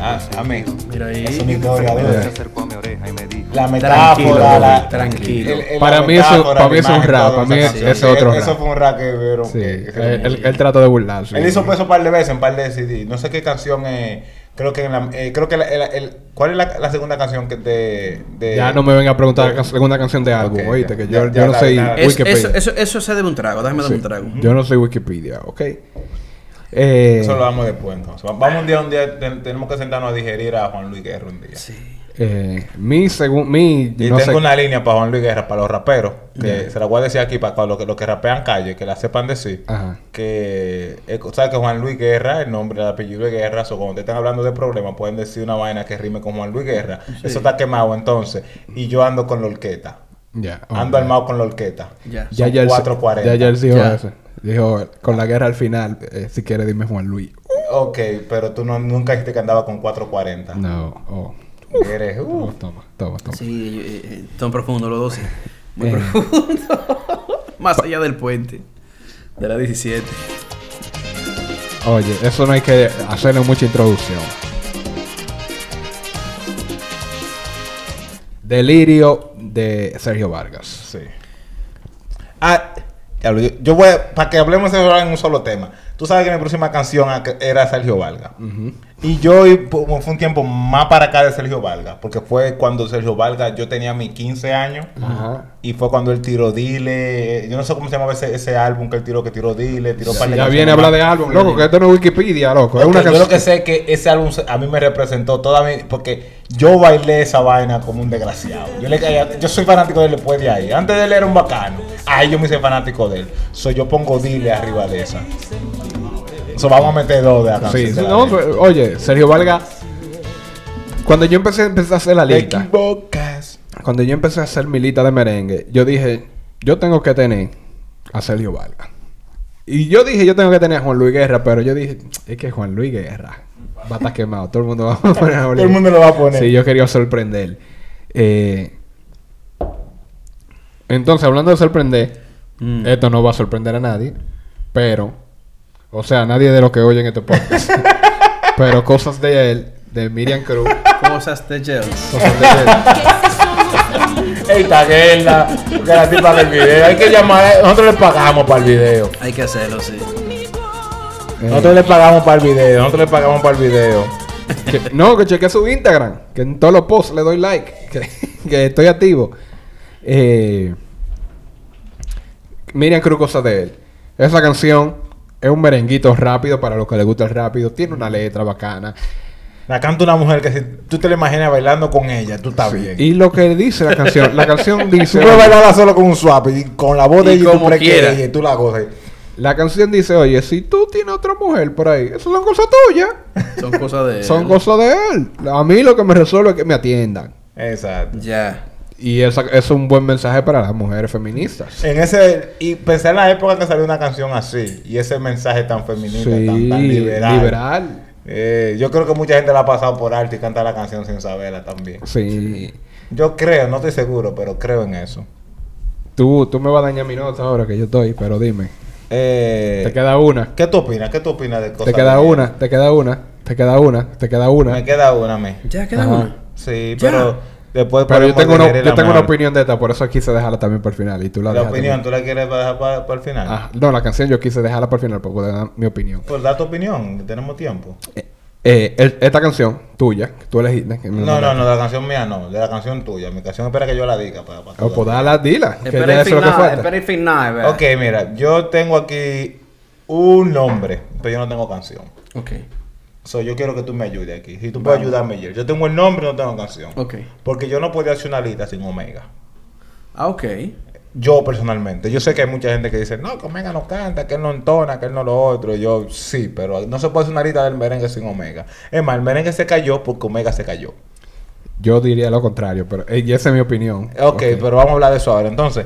Speaker 6: Ah, amén.
Speaker 5: Mira ahí.
Speaker 6: Es una historia dura.
Speaker 2: Eh.
Speaker 6: La
Speaker 5: Tranquilo,
Speaker 6: metáfora, la,
Speaker 5: tranquilo.
Speaker 6: el- el-
Speaker 2: Para
Speaker 6: la
Speaker 2: mí eso-
Speaker 6: metáfora,
Speaker 2: para mí
Speaker 6: la
Speaker 2: eso es un
Speaker 6: imagen,
Speaker 2: rap,
Speaker 6: todo
Speaker 2: para
Speaker 6: esa
Speaker 2: mí es-
Speaker 6: canción.
Speaker 2: ese es otro
Speaker 6: Eh, Eso
Speaker 2: rap.
Speaker 6: fue un rap que vieron.
Speaker 2: Sí,
Speaker 6: que- que se
Speaker 2: él,
Speaker 6: lo-
Speaker 2: él- él trató de burlarse.
Speaker 6: Él hizo pues, peso un par de veces en par de CD. No sé qué canción es. Creo que en la, eh, creo que la- el- el- ¿cuál es la, la segunda canción que de, de-
Speaker 2: Ya no me venga a preguntar la can- segunda canción de álbum,
Speaker 6: Ok,
Speaker 2: oíste, que
Speaker 6: ya-
Speaker 2: yo,
Speaker 6: ya
Speaker 2: yo no
Speaker 6: la-
Speaker 2: soy
Speaker 6: la-
Speaker 5: Es-
Speaker 2: Wikipedia.
Speaker 5: eso, eso, eso se debe un trago. Déjame darme
Speaker 2: Sí,
Speaker 5: un trago.
Speaker 2: Yo no soy Wikipedia, ok. Eh,
Speaker 6: Eso lo vamos después entonces. Va- Vamos un día, un día ten- tenemos que sentarnos a digerir a Juan Luis Guerra un día.
Speaker 2: eh, mi segundo. Mi.
Speaker 6: Y
Speaker 2: no
Speaker 6: tengo
Speaker 2: sé-
Speaker 6: una línea para Juan Luis Guerra, para los raperos, que se la voy a decir aquí para, para los, que, los que rapean calle, que la sepan decir.
Speaker 2: Ajá.
Speaker 6: Que, eh, ¿sabes que Juan Luis Guerra, el nombre, el apellido de Guerra, o cuando te están hablando de problemas, pueden decir una vaina que rime con Juan Luis Guerra. Eso está quemado entonces. Y yo ando con la orquesta.
Speaker 2: Ya.
Speaker 6: Ando
Speaker 2: ok.
Speaker 6: armado con la orquesta.
Speaker 5: Ya.
Speaker 2: Ya,
Speaker 6: Son
Speaker 2: ya, él-
Speaker 6: 4.40.
Speaker 2: ya, ya él dijo
Speaker 5: Ya.
Speaker 2: eso. Dijo, con la guerra al final, eh, si quieres dime Juan Luis.
Speaker 6: Ok, pero tú no, nunca dijiste que andaba con 440.
Speaker 2: No, oh.
Speaker 6: Eres, uh.
Speaker 2: Toma, toma, toma. toma.
Speaker 5: Sí, eh, eh, son profundos los dos. sí. Muy
Speaker 2: Eh.
Speaker 5: profundo. <laughs> Más allá del puente. De la 17.
Speaker 2: Oye, eso no hay que hacerle mucha introducción. Delirio de Sergio Vargas.
Speaker 6: Sí. Ah, diablo, yo, yo voy a- para que hablemos de eso ahora en un solo tema. Tú sabes que mi próxima canción a- era Sergio Valga. Y yo y, pu- fue un tiempo más para acá de Sergio Valga, porque fue cuando Sergio Valga, yo tenía mis 15 años,
Speaker 2: Ajá.
Speaker 6: y fue cuando él tiró Dile, yo no sé cómo se llamaba ese, ese álbum que él tiró, que tiró Dile, tiró par de
Speaker 2: Ya
Speaker 6: canciones
Speaker 2: viene a
Speaker 6: más.
Speaker 2: hablar de álbum, loco, que esto no es Wikipedia, loco. Es
Speaker 6: Ok,
Speaker 2: una
Speaker 6: yo lo
Speaker 2: canción.
Speaker 6: que sé es que ese álbum se- a mí me representó toda mi... Porque yo bailé esa vaina como un desgraciado. Yo, le caía- yo soy fanático de él después de ahí. Antes de él era un bacano. Ahí yo me hice fanático de él. So, yo pongo Dile arriba de esa. So, vamos a meter dos de acá.
Speaker 2: Sí, sí, no, pero, oye, Sergio Valga. Cuando yo empecé, empecé a hacer la
Speaker 6: Te
Speaker 2: lista,
Speaker 6: equivocas.
Speaker 2: cuando yo empecé a hacer mi lista de merengue, yo dije, yo tengo que tener a Sergio Valga. Y yo dije, yo tengo que tener a Juan Luis Guerra, pero yo dije, es que Juan Luis Guerra va a estar quemado. Todo el mundo va a poner a
Speaker 6: <laughs>
Speaker 2: Juan
Speaker 6: Todo
Speaker 2: Luis
Speaker 6: el mundo lo va a poner.
Speaker 2: Sí, yo quería sorprender. Eh, entonces, hablando de sorprender, esto no va a sorprender a nadie, pero, o sea, a nadie de los que oyen este
Speaker 6: <laughs>
Speaker 2: podcast, pero cosas de él, de Miriam Cruz,
Speaker 5: Cosas de Chelsea.
Speaker 2: cosas de él.
Speaker 6: Esta guerra. Que la tipa del video. Hay que llamar... Nosotros le pagamos para el video.
Speaker 5: Hay que hacerlo, sí.
Speaker 2: Eh,
Speaker 6: Nosotros le pagamos para el video. Nosotros le pagamos para el video.
Speaker 2: que- no, que chequeé su Instagram, que en todos los posts le doy like, que, <laughs> que estoy activo. Eh, Miriam Cruz, cosas de él. Esa canción es un merenguito rápido para los que les gusta el rápido, tiene una letra bacana.
Speaker 6: La canta una mujer que si tú te la imaginas bailando con ella, tú estás bien.
Speaker 2: Y lo que dice la canción, la canción dice,
Speaker 6: Tú puedes bailarla solo con un swap y con la voz de
Speaker 5: Y
Speaker 6: ella y tú
Speaker 5: como
Speaker 6: crees que
Speaker 5: quiera.
Speaker 6: es ella y tú la gozas.
Speaker 2: la canción dice, oye, si tú tienes otra mujer por ahí, eso son cosas tuyas,
Speaker 5: Son cosas de.
Speaker 2: son cosas de él. A mí lo que me resuelve es que me atiendan.
Speaker 6: Exacto.
Speaker 5: Ya.
Speaker 2: Y esa es un buen mensaje para las mujeres feministas.
Speaker 6: En ese, y pensé en la época que salió una canción así y ese mensaje tan feminista,
Speaker 2: Sí,
Speaker 6: tan, tan liberal.
Speaker 2: liberal.
Speaker 6: Eh, yo creo que mucha gente la ha pasado por alto y canta la canción sin saberla también.
Speaker 2: Sí.
Speaker 6: Yo creo, no estoy seguro, pero creo en eso.
Speaker 2: Tú, tú me vas a dañar mi nota ahora que yo estoy, pero dime.
Speaker 6: Eh,
Speaker 2: Te queda una.
Speaker 6: ¿Qué tú opinas? ¿Qué tú opinas de cosas?
Speaker 2: Te queda
Speaker 6: de-
Speaker 2: una, te queda una, te queda una, te queda una.
Speaker 6: Me queda una, me.
Speaker 5: Ya queda
Speaker 2: Ajá.
Speaker 5: una.
Speaker 6: Sí,
Speaker 5: Ya.
Speaker 6: pero después
Speaker 2: Pero yo
Speaker 6: podemos
Speaker 2: tengo, una,
Speaker 6: digerir
Speaker 2: yo
Speaker 6: la
Speaker 2: tengo una
Speaker 6: mejor.
Speaker 2: opinión de esta, por eso quise dejarla también para el final. Y tú la
Speaker 6: La,
Speaker 2: dejaste
Speaker 6: opinión,
Speaker 2: bien.
Speaker 6: ¿tú la quieres dejar para, el final?
Speaker 2: Ah, no, la canción yo quise dejarla para el final porque dar mi opinión.
Speaker 6: Pues da tu opinión, tenemos tiempo.
Speaker 2: Eh, el- esta canción tuya, que tú elegiste. que me la
Speaker 6: No, no,
Speaker 2: mandaste.
Speaker 6: no, de la canción mía no, de la canción tuya. Mi canción espera que yo la diga. Para, para
Speaker 2: Oh, pues dala, dila. Que
Speaker 5: Espera
Speaker 2: ya
Speaker 5: el
Speaker 2: eso es lo que
Speaker 5: final.
Speaker 2: falta.
Speaker 5: Espera el final, ¿verdad?
Speaker 6: Ok, mira, yo tengo aquí un nombre, pero yo no tengo canción.
Speaker 5: Ok.
Speaker 6: So, yo quiero que tú me ayudes aquí. Si tú puedes ayudarme, Jer. yo tengo el nombre, no tengo canción.
Speaker 5: Ok.
Speaker 6: Porque yo no podía hacer una lista sin Omega.
Speaker 5: Ah, ok.
Speaker 6: Yo personalmente, yo sé que hay mucha gente que dice, no, que Omega no canta, que él no entona, que él no lo otro. Yo sí, pero no se puede hacer una lista del merengue sin Omega. Es más, el merengue se cayó porque Omega se cayó.
Speaker 2: Yo diría lo contrario, pero eh, y esa es mi opinión.
Speaker 6: Ok, pero vamos a hablar de eso ahora. Entonces,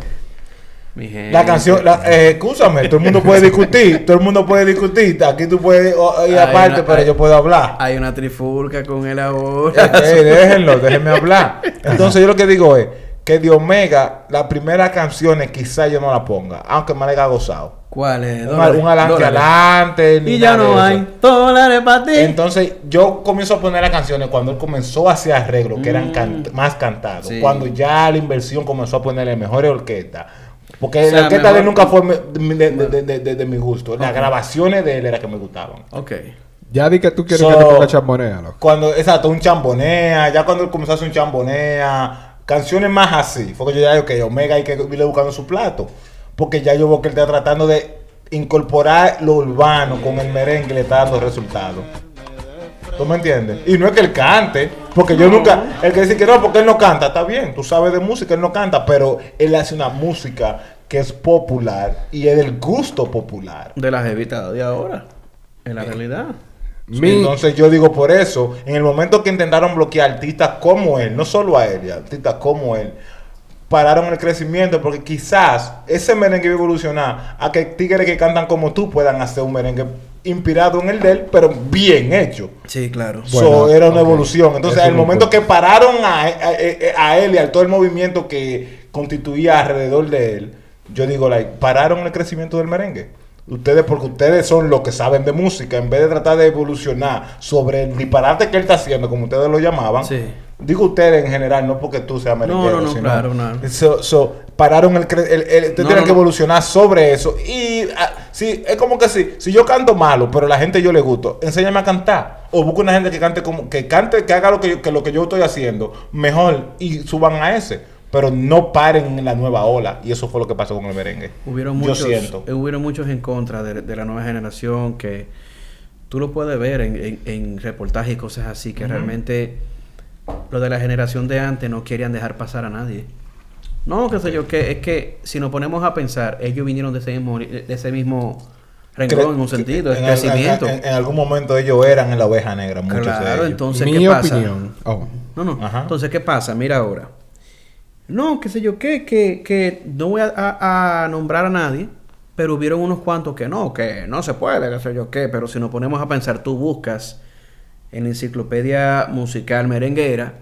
Speaker 5: Mi gente.
Speaker 6: la canción, la, eh, escúchame, todo el mundo puede
Speaker 5: <laughs>
Speaker 6: discutir, todo el mundo puede discutir. Aquí tú puedes oh, ir
Speaker 5: Hay
Speaker 6: aparte,
Speaker 5: una-
Speaker 6: pero
Speaker 5: hay-
Speaker 6: yo puedo hablar.
Speaker 5: Hay una trifulca con
Speaker 6: <laughs>
Speaker 5: él
Speaker 6: Ok,
Speaker 5: ahora.
Speaker 6: déjenlo, déjenme hablar. Entonces, yo lo que digo es que de Omega, las primeras canciones quizás yo no la ponga, aunque me la haya gozado.
Speaker 5: ¿Cuál es?
Speaker 6: Un, al- un adelante, adelante. ni
Speaker 5: Y
Speaker 6: nada
Speaker 5: ya
Speaker 6: de
Speaker 5: no
Speaker 6: eso.
Speaker 5: hay dólares para ti.
Speaker 6: Entonces, yo comienzo a poner las canciones cuando él comenzó a hacer arreglos que eran cant- más cantados.
Speaker 5: Sí.
Speaker 6: Cuando ya la inversión comenzó a ponerle mejores orquestas. Porque
Speaker 5: O sea,
Speaker 6: la orquesta de él
Speaker 5: mejor-
Speaker 6: nunca fue mi- de, de- de- de- de- de mi gusto. Las grabaciones de él era que me gustaban.
Speaker 5: Ok.
Speaker 2: Ya di que tú quieres
Speaker 6: So-
Speaker 2: que te ponga chamonea, loco.
Speaker 6: Cuando, exacto, un chambonea. Ya cuando él comenzó a hacer un chambonea. Canciones más así. Fue que yo ya dije, ok, Omega hay que irle buscando su plato. Porque ya yo veo que él está tratando de incorporar lo urbano con el merengue. Le está dando resultados. ¿Tú me entiendes? Y no es que él cante, porque yo nunca, el que dice que no, porque él no canta, está bien, tú sabes de música, él no canta, pero él hace una música que es popular y es del gusto popular.
Speaker 5: De las evitas de ahora. En la realidad.
Speaker 2: Mi-
Speaker 6: Entonces yo digo por eso, en el momento que intentaron bloquear artistas como él, no solo a él, y artistas como él, pararon el crecimiento porque quizás ese merengue va a evolucionar a que tigres que cantan como tú puedan hacer un merengue inspirado en el de él, pero bien hecho.
Speaker 5: Sí, claro.
Speaker 6: So,
Speaker 2: Bueno,
Speaker 6: era una
Speaker 2: ok.
Speaker 6: evolución. Entonces,
Speaker 2: Ese
Speaker 6: al
Speaker 2: es mi
Speaker 6: momento
Speaker 2: punto.
Speaker 6: que pararon a, a- a- a él y a todo el movimiento que constituía alrededor de él, yo digo, like, pararon el crecimiento del merengue. Ustedes, porque ustedes son los que saben de música, en vez de tratar de evolucionar sobre el disparate que él está haciendo, como ustedes lo llamaban.
Speaker 5: Sí.
Speaker 6: Digo ustedes en general, no porque tú seas merenguero.
Speaker 5: no, no,
Speaker 6: sino-
Speaker 5: claro, no.
Speaker 6: So- so, pararon el... cre- el- el- usted
Speaker 5: No,
Speaker 6: tiene
Speaker 5: no,
Speaker 6: que
Speaker 5: no.
Speaker 6: evolucionar sobre eso. Y ah, sí, es como que sí, si yo canto malo, pero a la gente yo le gusto, enséñame a cantar. O busca una gente que cante como... Que cante, que haga lo que yo, que lo que yo estoy haciendo mejor y suban a ese. Pero no paren en la nueva ola. Y eso fue lo que pasó con el merengue.
Speaker 5: Hubieron
Speaker 6: yo
Speaker 5: muchos,
Speaker 6: siento.
Speaker 5: eh, hubieron muchos en contra de, de la nueva generación que tú lo puedes ver en, en- en reportajes y cosas así, que realmente lo de la generación de antes no querían dejar pasar a nadie. No, qué sé yo, que es que si nos ponemos a pensar, ellos vinieron de ese mismo, de ese mismo renglón en un
Speaker 6: Cre-
Speaker 5: sentido, de
Speaker 6: en-
Speaker 5: crecimiento.
Speaker 6: En, en- en algún momento ellos eran en la oveja negra, muchos de
Speaker 5: claro,
Speaker 6: ellos.
Speaker 5: entonces,
Speaker 2: Mi
Speaker 5: ¿qué pasa?
Speaker 2: opinión. Oh.
Speaker 5: No, no.
Speaker 6: Ajá.
Speaker 5: Entonces, ¿qué pasa? Mira ahora. No, qué sé yo qué, que, que no voy a, a- a nombrar a nadie, pero hubieron unos cuantos que no, que no se puede, qué sé yo qué, pero si nos ponemos a pensar, tú buscas en la enciclopedia musical merenguera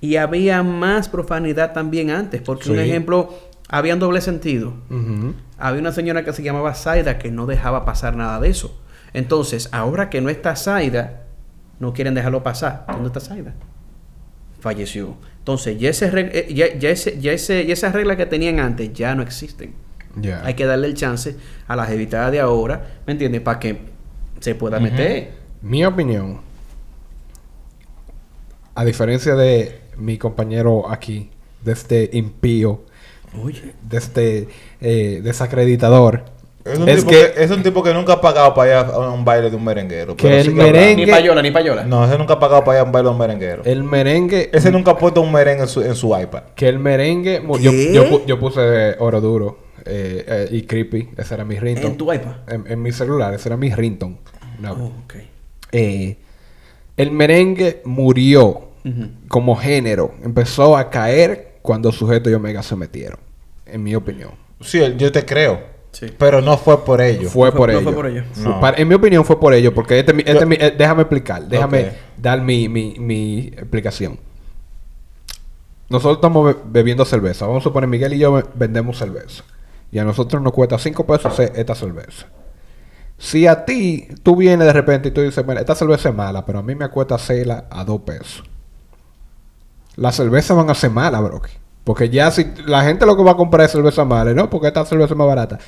Speaker 5: y había más profanidad también antes, porque un
Speaker 2: Sí.
Speaker 5: ejemplo, habían doble sentido.
Speaker 2: Ujú.
Speaker 5: Había una señora que se llamaba Zaida que no dejaba pasar nada de eso. Entonces, ahora que no está Zaida, no quieren dejarlo pasar. ¿Dónde está Zaida? Falleció. Entonces, ya, ese reg- eh, ya, ya ese- ya ese- ya esas reglas que tenían antes ya no existen.
Speaker 2: Ya.
Speaker 5: Hay que darle el chance a las evitadas de ahora, ¿me entiendes? Para que se pueda meter.
Speaker 2: Mi opinión, a diferencia de mi compañero aquí, de este impío,
Speaker 5: Oye.
Speaker 2: de este eh, desacreditador,
Speaker 6: Es un,
Speaker 2: es
Speaker 6: tipo
Speaker 2: que,
Speaker 6: que, es un tipo que nunca ha pagado para ir a- a un baile de un merenguero.
Speaker 2: Que
Speaker 6: pero
Speaker 2: el
Speaker 6: sigue hablando.
Speaker 2: merengue-
Speaker 5: Ni payola, ni payola.
Speaker 6: No, ese nunca ha pagado para ir a un baile de un merenguero.
Speaker 2: el merengue...
Speaker 6: Ese nunca ha puesto un merengue en su, en su iPad.
Speaker 2: Que el merengue... mu- Yo,
Speaker 5: ¿Qué?
Speaker 2: yo, pu- yo puse oro duro eh, eh, y creepy. Ese era mi ringtone.
Speaker 5: En tu iPad.
Speaker 2: En, en mi celular. Ese era mi ringtone. No.
Speaker 5: Oh, ok.
Speaker 2: Eh, el merengue murió
Speaker 5: Ujú.
Speaker 2: como género. Empezó a caer cuando Sujeto y Omega se metieron. En mi opinión.
Speaker 6: Sí, el- yo te creo.
Speaker 5: Sí.
Speaker 6: Pero no fue por ello.
Speaker 2: Fue,
Speaker 5: fue-
Speaker 2: por
Speaker 5: no
Speaker 2: ello.
Speaker 5: fue por ello.
Speaker 2: Fue
Speaker 6: No.
Speaker 2: para- en mi opinión fue por ello, porque este, mi- este
Speaker 6: Yo-
Speaker 2: mi- eh, déjame explicar, déjame
Speaker 6: Ok.
Speaker 2: dar mi, mi, mi explicación. Nosotros estamos be- bebiendo cerveza. Vamos a suponer, Miguel y yo ve- vendemos cerveza. Y a nosotros nos cuesta 5 pesos hacer esta cerveza. Si a ti, tú vienes de repente y tú dices, mira, esta cerveza es mala, pero a mí me cuesta hacerla a 2 pesos. Las cervezas van a ser malas, bro. Porque ya si la gente lo que va a comprar es cerveza mala, ¿no? Porque esta cerveza es más barata.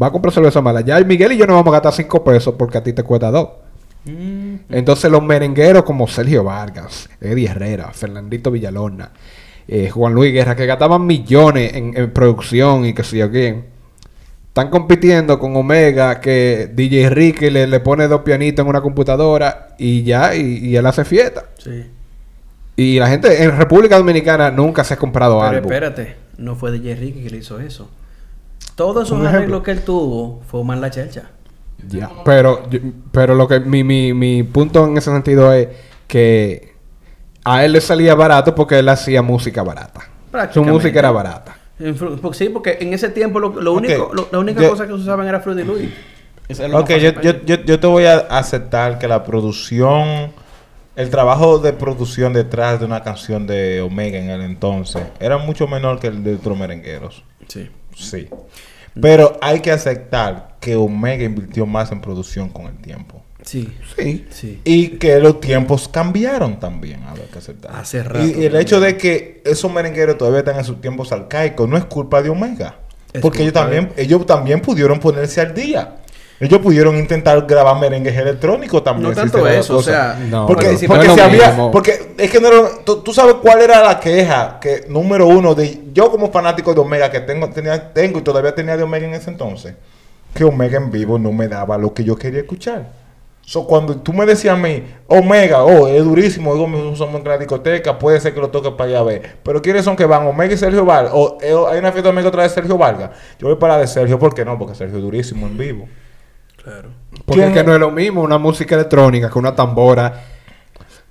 Speaker 2: Va a comprar cerveza mala. Ya Miguel y yo no vamos a gastar 5 pesos porque a ti te cuesta 2. Entonces los merengueros como Sergio Vargas, Eddie Herrera, Fernandito Villalona, eh, Juan Luis Guerra, que gastaban millones en, en producción y que sé yo quién, están compitiendo con Omega, que DJ Ricky le, le pone dos pianitos en una computadora y ya, y, y él hace fiesta.
Speaker 5: Sí.
Speaker 2: Y la gente en República Dominicana nunca se ha comprado
Speaker 5: Pero
Speaker 2: algo.
Speaker 5: espérate, no fue de Jerry que le hizo eso. Todos esos
Speaker 2: Un
Speaker 5: arreglos
Speaker 2: ejemplo.
Speaker 5: que él tuvo fue más la chelcha.
Speaker 2: Ya. Pero, yo- pero lo que mi, mi, mi punto en ese sentido es que a él le salía barato porque él hacía música barata. Su
Speaker 5: Prácticamente.
Speaker 2: música era barata.
Speaker 5: En Fru- po- Sí, porque en ese tiempo lo, lo
Speaker 6: Ok.
Speaker 5: único, lo- la única
Speaker 6: Yo-
Speaker 5: cosa que se usaban era Fruity Louis. Eso era lo
Speaker 6: Ok,
Speaker 5: más
Speaker 6: yo, yo,
Speaker 5: fácil para
Speaker 6: yo, yo te voy a aceptar que la producción, el trabajo de producción detrás de una canción de Omega en el entonces, era mucho menor que el de otros merengueros.
Speaker 5: ellos. Sí.
Speaker 6: Sí. Pero hay que aceptar que Omega invirtió más en producción con el tiempo.
Speaker 5: Sí.
Speaker 6: Sí.
Speaker 5: Sí.
Speaker 6: Y que los tiempos cambiaron también, hay que aceptar.
Speaker 5: Hace rato
Speaker 6: Y, y el
Speaker 5: también.
Speaker 6: hecho de que esos merengueros todavía están en sus tiempos arcaicos no es culpa de Omega.
Speaker 5: Es
Speaker 6: porque ellos
Speaker 5: culpa de-
Speaker 6: también, ellos también pudieron ponerse al día. Ellos pudieron intentar grabar merengues electrónicos también.
Speaker 5: No
Speaker 6: si
Speaker 5: tanto
Speaker 6: hicieron la
Speaker 5: eso, o
Speaker 6: cosa.
Speaker 5: sea,
Speaker 2: No,
Speaker 6: Porque,
Speaker 2: pero-
Speaker 6: porque
Speaker 2: no es
Speaker 6: si
Speaker 2: lo
Speaker 6: había,
Speaker 2: mismo.
Speaker 6: porque es que no era- tú, tú sabes cuál era la queja que número uno de yo como fanático de Omega que tengo tenía tengo y todavía tenía de Omega en ese entonces que Omega en vivo no me daba lo que yo quería escuchar. So, cuando tú me decías a mí, Omega, oh, es durísimo, digo, nosotros somos en la discoteca, puede ser que lo toque para allá a ver. Pero ¿quiénes son que van? Omega y Sergio Vargas. O, eh, hay una fiesta de Omega otra vez Sergio Vargas. Yo voy para la de Sergio, ¿por qué no? Porque Sergio es durísimo en vivo.
Speaker 5: Claro.
Speaker 2: Porque es que
Speaker 6: ¿Quién-
Speaker 2: no es lo mismo una música electrónica que una tambora.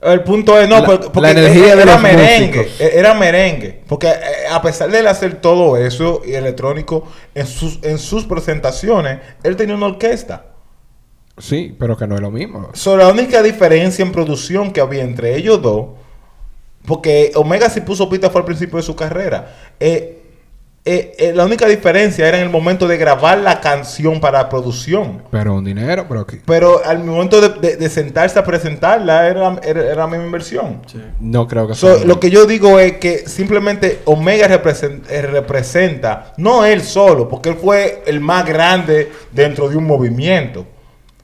Speaker 6: El punto es, no,
Speaker 2: La-
Speaker 6: porque, porque
Speaker 2: la energía
Speaker 6: era,
Speaker 2: de los
Speaker 6: merengue.
Speaker 2: músicos.
Speaker 6: e- Era merengue. Porque eh, a pesar de él hacer todo eso y electrónico, en sus, en sus presentaciones, él tenía una orquesta.
Speaker 2: Sí, pero que no es lo mismo.
Speaker 6: So, la única diferencia en producción que había entre ellos dos, porque Omega sí puso pista fue al principio de su carrera, eh, eh, eh, la única diferencia era en el momento de grabar la canción para producción.
Speaker 2: Pero un dinero, pero que-
Speaker 6: Pero al momento de, de- de sentarse a presentarla era, era, era la misma inversión.
Speaker 2: no creo que
Speaker 6: So,
Speaker 2: sea.
Speaker 6: lo que yo digo es que simplemente Omega represen- eh, representa, no él solo, porque él fue el más grande dentro de un movimiento.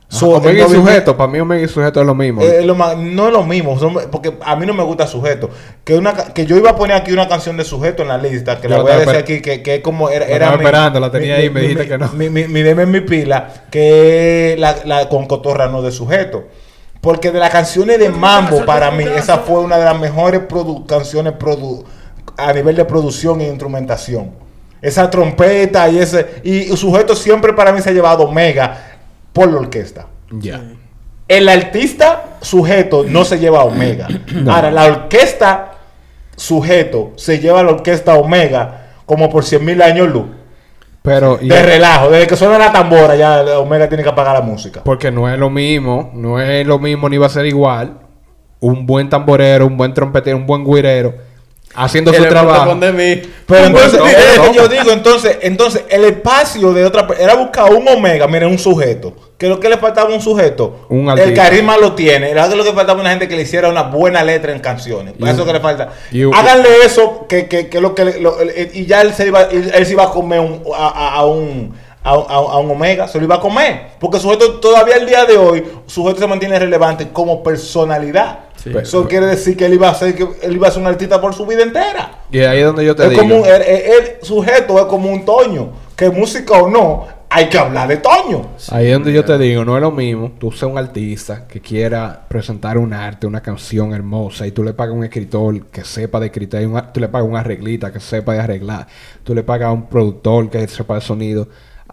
Speaker 6: So, el
Speaker 2: Ah, Omega y
Speaker 6: movimiento-
Speaker 2: sujeto, para mí Omega y sujeto es lo mismo.
Speaker 6: eh, lo ma- no es lo mismo, son- porque a mí no me gusta sujeto. Que una ca- que yo iba a poner aquí una canción de sujeto en la lista,
Speaker 2: Yo
Speaker 6: que la
Speaker 2: la
Speaker 6: voy a decir
Speaker 2: estaba
Speaker 6: aquí, que, que es como era,
Speaker 2: La
Speaker 6: era
Speaker 2: estaba esperando, la tenía ahí, me dijiste
Speaker 6: mi-
Speaker 2: que no.
Speaker 6: Mi, mi, mi DM en mi pila, que es la, la con cotorra no de sujeto. Porque de las canciones de Mambo, para mí, esa fue una de las mejores produ- canciones produ- a nivel de producción e instrumentación. Esa trompeta y ese. Y sujeto siempre para mí se ha llevado Omega por la orquesta.
Speaker 2: Ya.
Speaker 6: El artista sujeto no se lleva a Omega. Ahora, la orquesta sujeto se lleva a la orquesta Omega como por 100 mil años luz.
Speaker 2: Pero, y-
Speaker 6: De relajo. Desde que suena la tambora ya Omega tiene que apagar la música.
Speaker 2: porque no es lo mismo, no es lo mismo ni va a ser igual. Un buen tamborero, un buen trompetero, un buen guirero, haciendo su trabajo.
Speaker 6: Pero entonces,
Speaker 2: Bueno,
Speaker 6: es lo
Speaker 2: no.
Speaker 6: que yo digo, entonces, entonces, el espacio de otra pe- era buscar un omega, miren, un sujeto. Que lo que le faltaba a un sujeto,
Speaker 2: Un
Speaker 6: el
Speaker 2: artista.
Speaker 6: carisma lo tiene. Era lo que faltaba a una gente que le hiciera una buena letra en canciones. Para eso que le falta.
Speaker 2: y un-
Speaker 6: Háganle eso, que, que, que lo que le- lo- el- y ya él se iba, él, él se iba a comer un- a, a- a un a, a- a un omega, se lo iba a comer. Porque sujeto todavía el día de hoy, sujeto se mantiene relevante como personalidad.
Speaker 2: Pero-
Speaker 6: Eso quiere decir que él iba a ser que él iba a ser un artista por su vida entera.
Speaker 2: Y ahí es donde yo te
Speaker 6: Es
Speaker 2: digo.
Speaker 6: como un- el, el- el sujeto es como un toño. Que música o no, hay que hablar de toño.
Speaker 2: Ahí es donde yo te digo, no es lo mismo tú seas un artista que quiera presentar un arte, una canción hermosa y tú le pagas a un escritor que sepa de escrita, y un ar- tú le pagas a un arreglista que sepa de arreglar, tú le pagas a un productor que sepa de sonido.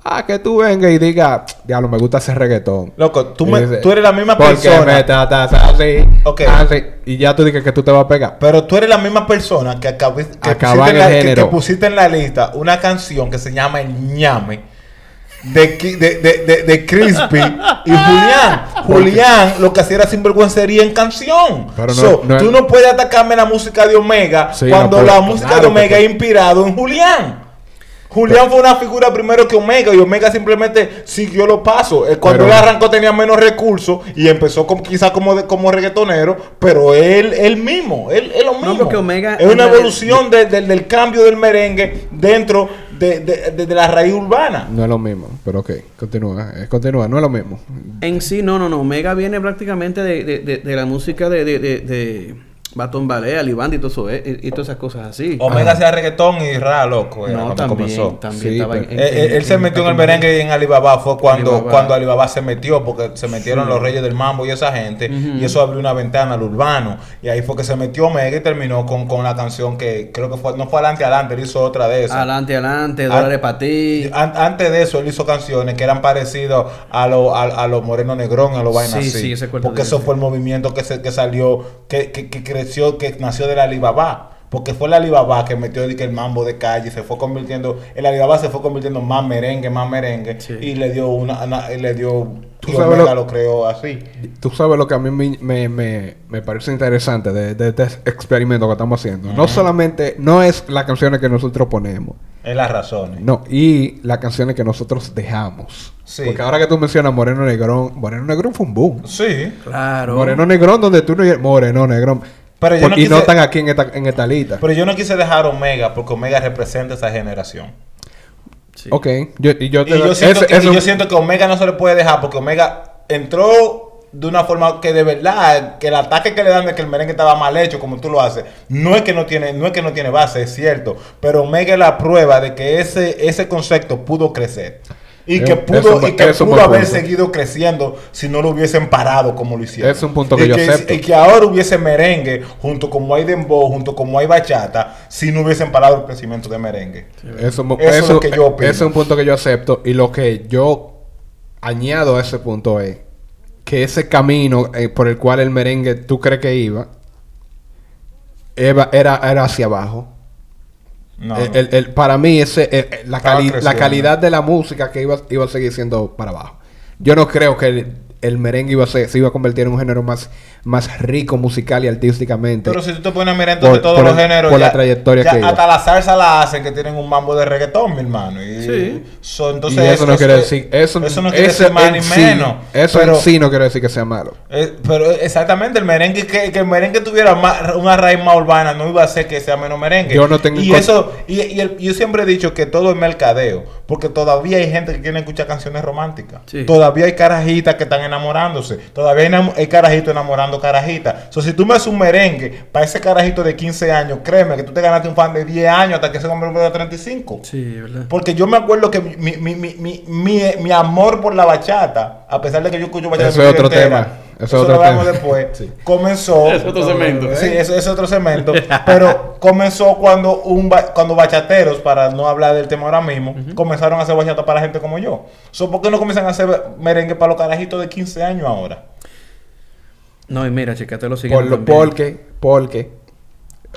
Speaker 2: Ah, que tú vengas y digas, diablo, me gusta ese reggaetón.
Speaker 6: Loco, tú,
Speaker 2: Y
Speaker 6: me-
Speaker 2: dices,
Speaker 6: tú eres la misma
Speaker 2: "¿Por qué
Speaker 6: persona.
Speaker 2: me tratas así?
Speaker 6: Ok.
Speaker 2: así?" Y ya tú dices que tú te vas a pegar.
Speaker 6: Pero tú eres la misma persona que, acabis- que,
Speaker 2: Acaba
Speaker 6: pusiste, en
Speaker 2: en
Speaker 6: la,
Speaker 2: el
Speaker 6: que- que
Speaker 2: género.
Speaker 6: pusiste en la lista una canción que se llama El ñame de, Ki- de, de, de- de Crispy <laughs> y Julián. Julián lo que hacía era sinvergüencería en canción.
Speaker 2: Pero no-
Speaker 6: So,
Speaker 2: no es-
Speaker 6: tú no puedes atacarme la música de Omega
Speaker 2: Sí,
Speaker 6: cuando
Speaker 2: no puedo.
Speaker 6: la música
Speaker 2: Claro
Speaker 6: de
Speaker 2: que
Speaker 6: Omega
Speaker 2: puedo.
Speaker 6: es inspirado en Julián. Julián fue una figura primero que Omega y Omega simplemente siguió los pasos. Eh, Cuando
Speaker 2: Pero-
Speaker 6: él arrancó tenía menos recursos y empezó con, quizás como, de- como reggaetonero, pero él, él mismo, él, él lo mismo.
Speaker 5: porque Omega
Speaker 6: es una
Speaker 5: es una-
Speaker 6: evolución de- del- del cambio del merengue dentro de, de- de- de la raíz urbana.
Speaker 2: No es lo mismo, pero ok, continúa, eh, continúa, no es lo mismo.
Speaker 5: En sí, no, no, no. Omega viene prácticamente de, de- de- de la música de, de, de, de Baton Ballet, Alibandi y, todo eso, eh, y, y todas esas cosas así.
Speaker 6: Omega hacía reggaetón y ra, loco. era
Speaker 5: no,
Speaker 6: Oh, cuando
Speaker 5: también,
Speaker 6: comenzó.
Speaker 5: también
Speaker 2: Sí,
Speaker 5: estaba
Speaker 2: pero-
Speaker 6: Eh, eh, él se metió en el merengue y en Alibaba fue cuando Alibaba.
Speaker 5: Alibaba.
Speaker 6: cuando Alibaba se metió porque se metieron los reyes del mambo y esa gente y eso abrió una ventana al urbano y ahí fue que se metió Omega y terminó con, con la canción que creo que fue no fue adelante adelante él hizo otra de esas
Speaker 5: Adelante, adelante,
Speaker 6: pues. Ah,
Speaker 5: dólares para ti.
Speaker 6: Y an- antes de eso él hizo canciones que eran parecidas a los a, a los Moreno Negrón, a los vainas así.
Speaker 5: Sí, sí, ese cuento
Speaker 6: porque
Speaker 5: de
Speaker 6: eso
Speaker 5: ese.
Speaker 6: fue el movimiento que se que salió, que, que, que creció, que nació del Alibaba. Porque fue el Alibaba que metió el, que el mambo de calle, se fue convirtiendo, el Alibaba se fue convirtiendo más merengue, más merengue,
Speaker 5: Sí.
Speaker 6: y le dio una, una- y le dio
Speaker 2: Tú
Speaker 6: y
Speaker 2: sabes
Speaker 6: Omega
Speaker 2: lo-
Speaker 6: lo creó así.
Speaker 2: Tú sabes lo que a mí me, me- me- me parece interesante de, de este experimento que estamos haciendo. No solamente, no es las canciones que nosotros ponemos,
Speaker 6: Es las razones.
Speaker 2: no, y las canciones que nosotros dejamos.
Speaker 6: Sí.
Speaker 2: Porque ahora que tú mencionas Moreno Negrón, Moreno Negrón fue un boom.
Speaker 6: Sí.
Speaker 5: Claro.
Speaker 2: Moreno Negrón, donde tú no Moreno Negrón.
Speaker 6: Pero yo
Speaker 2: Por-
Speaker 6: no
Speaker 2: Y no
Speaker 6: quise-
Speaker 2: están aquí en esta, en esta lista.
Speaker 6: Pero yo no quise dejar Omega porque Omega representa esa generación.
Speaker 5: Sí.
Speaker 2: Ok, yo, y yo
Speaker 6: Y
Speaker 2: te-
Speaker 6: yo, siento
Speaker 2: ese-
Speaker 6: que, y
Speaker 2: ese-
Speaker 6: yo siento que Omega no se le puede dejar porque Omega entró de una forma que de verdad que el ataque que le dan de que el merengue estaba mal hecho como tú lo haces no es que no tiene no es que no tiene base es cierto pero Omega es la prueba de que ese ese concepto pudo crecer y
Speaker 2: Eh,
Speaker 6: que
Speaker 2: eso
Speaker 6: pudo
Speaker 2: fue-
Speaker 6: y que
Speaker 2: eso fue
Speaker 6: pudo
Speaker 2: el
Speaker 6: haber
Speaker 2: punto.
Speaker 6: seguido creciendo si no lo hubiesen parado como lo hicieron
Speaker 2: Es un punto que
Speaker 6: Y
Speaker 2: yo acepto.
Speaker 6: y que ahora hubiese merengue junto como hay dembow junto como hay bachata si no hubiesen parado el crecimiento de merengue
Speaker 2: Eso, mo-
Speaker 6: Eso es
Speaker 2: eso-
Speaker 6: lo que yo opino.
Speaker 2: ese es un punto que yo acepto. Y lo que yo añado a ese punto es que ese camino eh, por el cual el merengue tú crees que iba eva- era, era hacia abajo.
Speaker 6: No,
Speaker 2: El-
Speaker 6: no.
Speaker 2: Eh, el- el- para mí, ese, eh, eh, la,
Speaker 6: Estaba
Speaker 2: cali- la
Speaker 6: creciendo.
Speaker 2: calidad de la música que iba, iba a seguir siendo para abajo. Yo no creo que el, el merengue iba a ser- se iba a convertir en un género más más rico musical y artísticamente.
Speaker 6: Pero si tú te pones a mirar entonces
Speaker 2: Por-
Speaker 6: todos
Speaker 2: por-
Speaker 6: los géneros.
Speaker 2: por la trayectoria
Speaker 6: ya
Speaker 2: que iba.
Speaker 6: Hasta la salsa la hacen que tienen un mambo de reggaetón, mi hermano. Y,
Speaker 5: Sí.
Speaker 6: so,
Speaker 2: Y
Speaker 6: entonces,
Speaker 2: eso no quiere decir, eso,
Speaker 6: no quiere
Speaker 2: eso
Speaker 6: decir más ni
Speaker 2: en sí-
Speaker 6: menos.
Speaker 2: Eso
Speaker 6: pero,
Speaker 2: en sí no quiere decir que sea malo.
Speaker 6: eh, pero exactamente, el merengue que, que el merengue tuviera más- una raíz más urbana no iba a ser que sea menos merengue.
Speaker 2: Yo no tengo
Speaker 6: y
Speaker 2: con-
Speaker 6: eso, y, y el- yo siempre he dicho que todo es mercadeo, porque todavía hay gente que quiere escuchar canciones románticas.
Speaker 5: Sí.
Speaker 6: Todavía hay carajitas que están enamorándose. Todavía hay, enam- hay carajitos enamorando carajitas. So, si tú me haces un merengue para ese carajito de 15 años, créeme que tú te ganaste un fan de 10 años hasta que ese hombre vuelva a 35.
Speaker 5: Sí, ¿verdad?
Speaker 6: Porque yo me acuerdo que mi, mi, mi, mi, mi, mi amor por la bachata, a pesar de que yo escucho bachata
Speaker 2: Eso
Speaker 6: mi
Speaker 2: es
Speaker 6: vida
Speaker 2: otro tema. Eso es
Speaker 6: lo
Speaker 2: otro
Speaker 6: hablamos
Speaker 2: tema. <laughs>
Speaker 6: después, comenzó...
Speaker 4: Es otro ¿eh? segmento.
Speaker 6: Sí, eso es otro segmento. pero comenzó cuando un ba- cuando bachateros, para no hablar del tema ahora mismo, comenzaron a hacer bachata para gente como yo. So, ¿Por qué no comienzan a hacer merengue para los carajitos de 15 años ahora?
Speaker 5: No, y mira, checate lo
Speaker 2: Por
Speaker 5: siguiente.
Speaker 2: lo,
Speaker 5: también.
Speaker 2: porque, porque,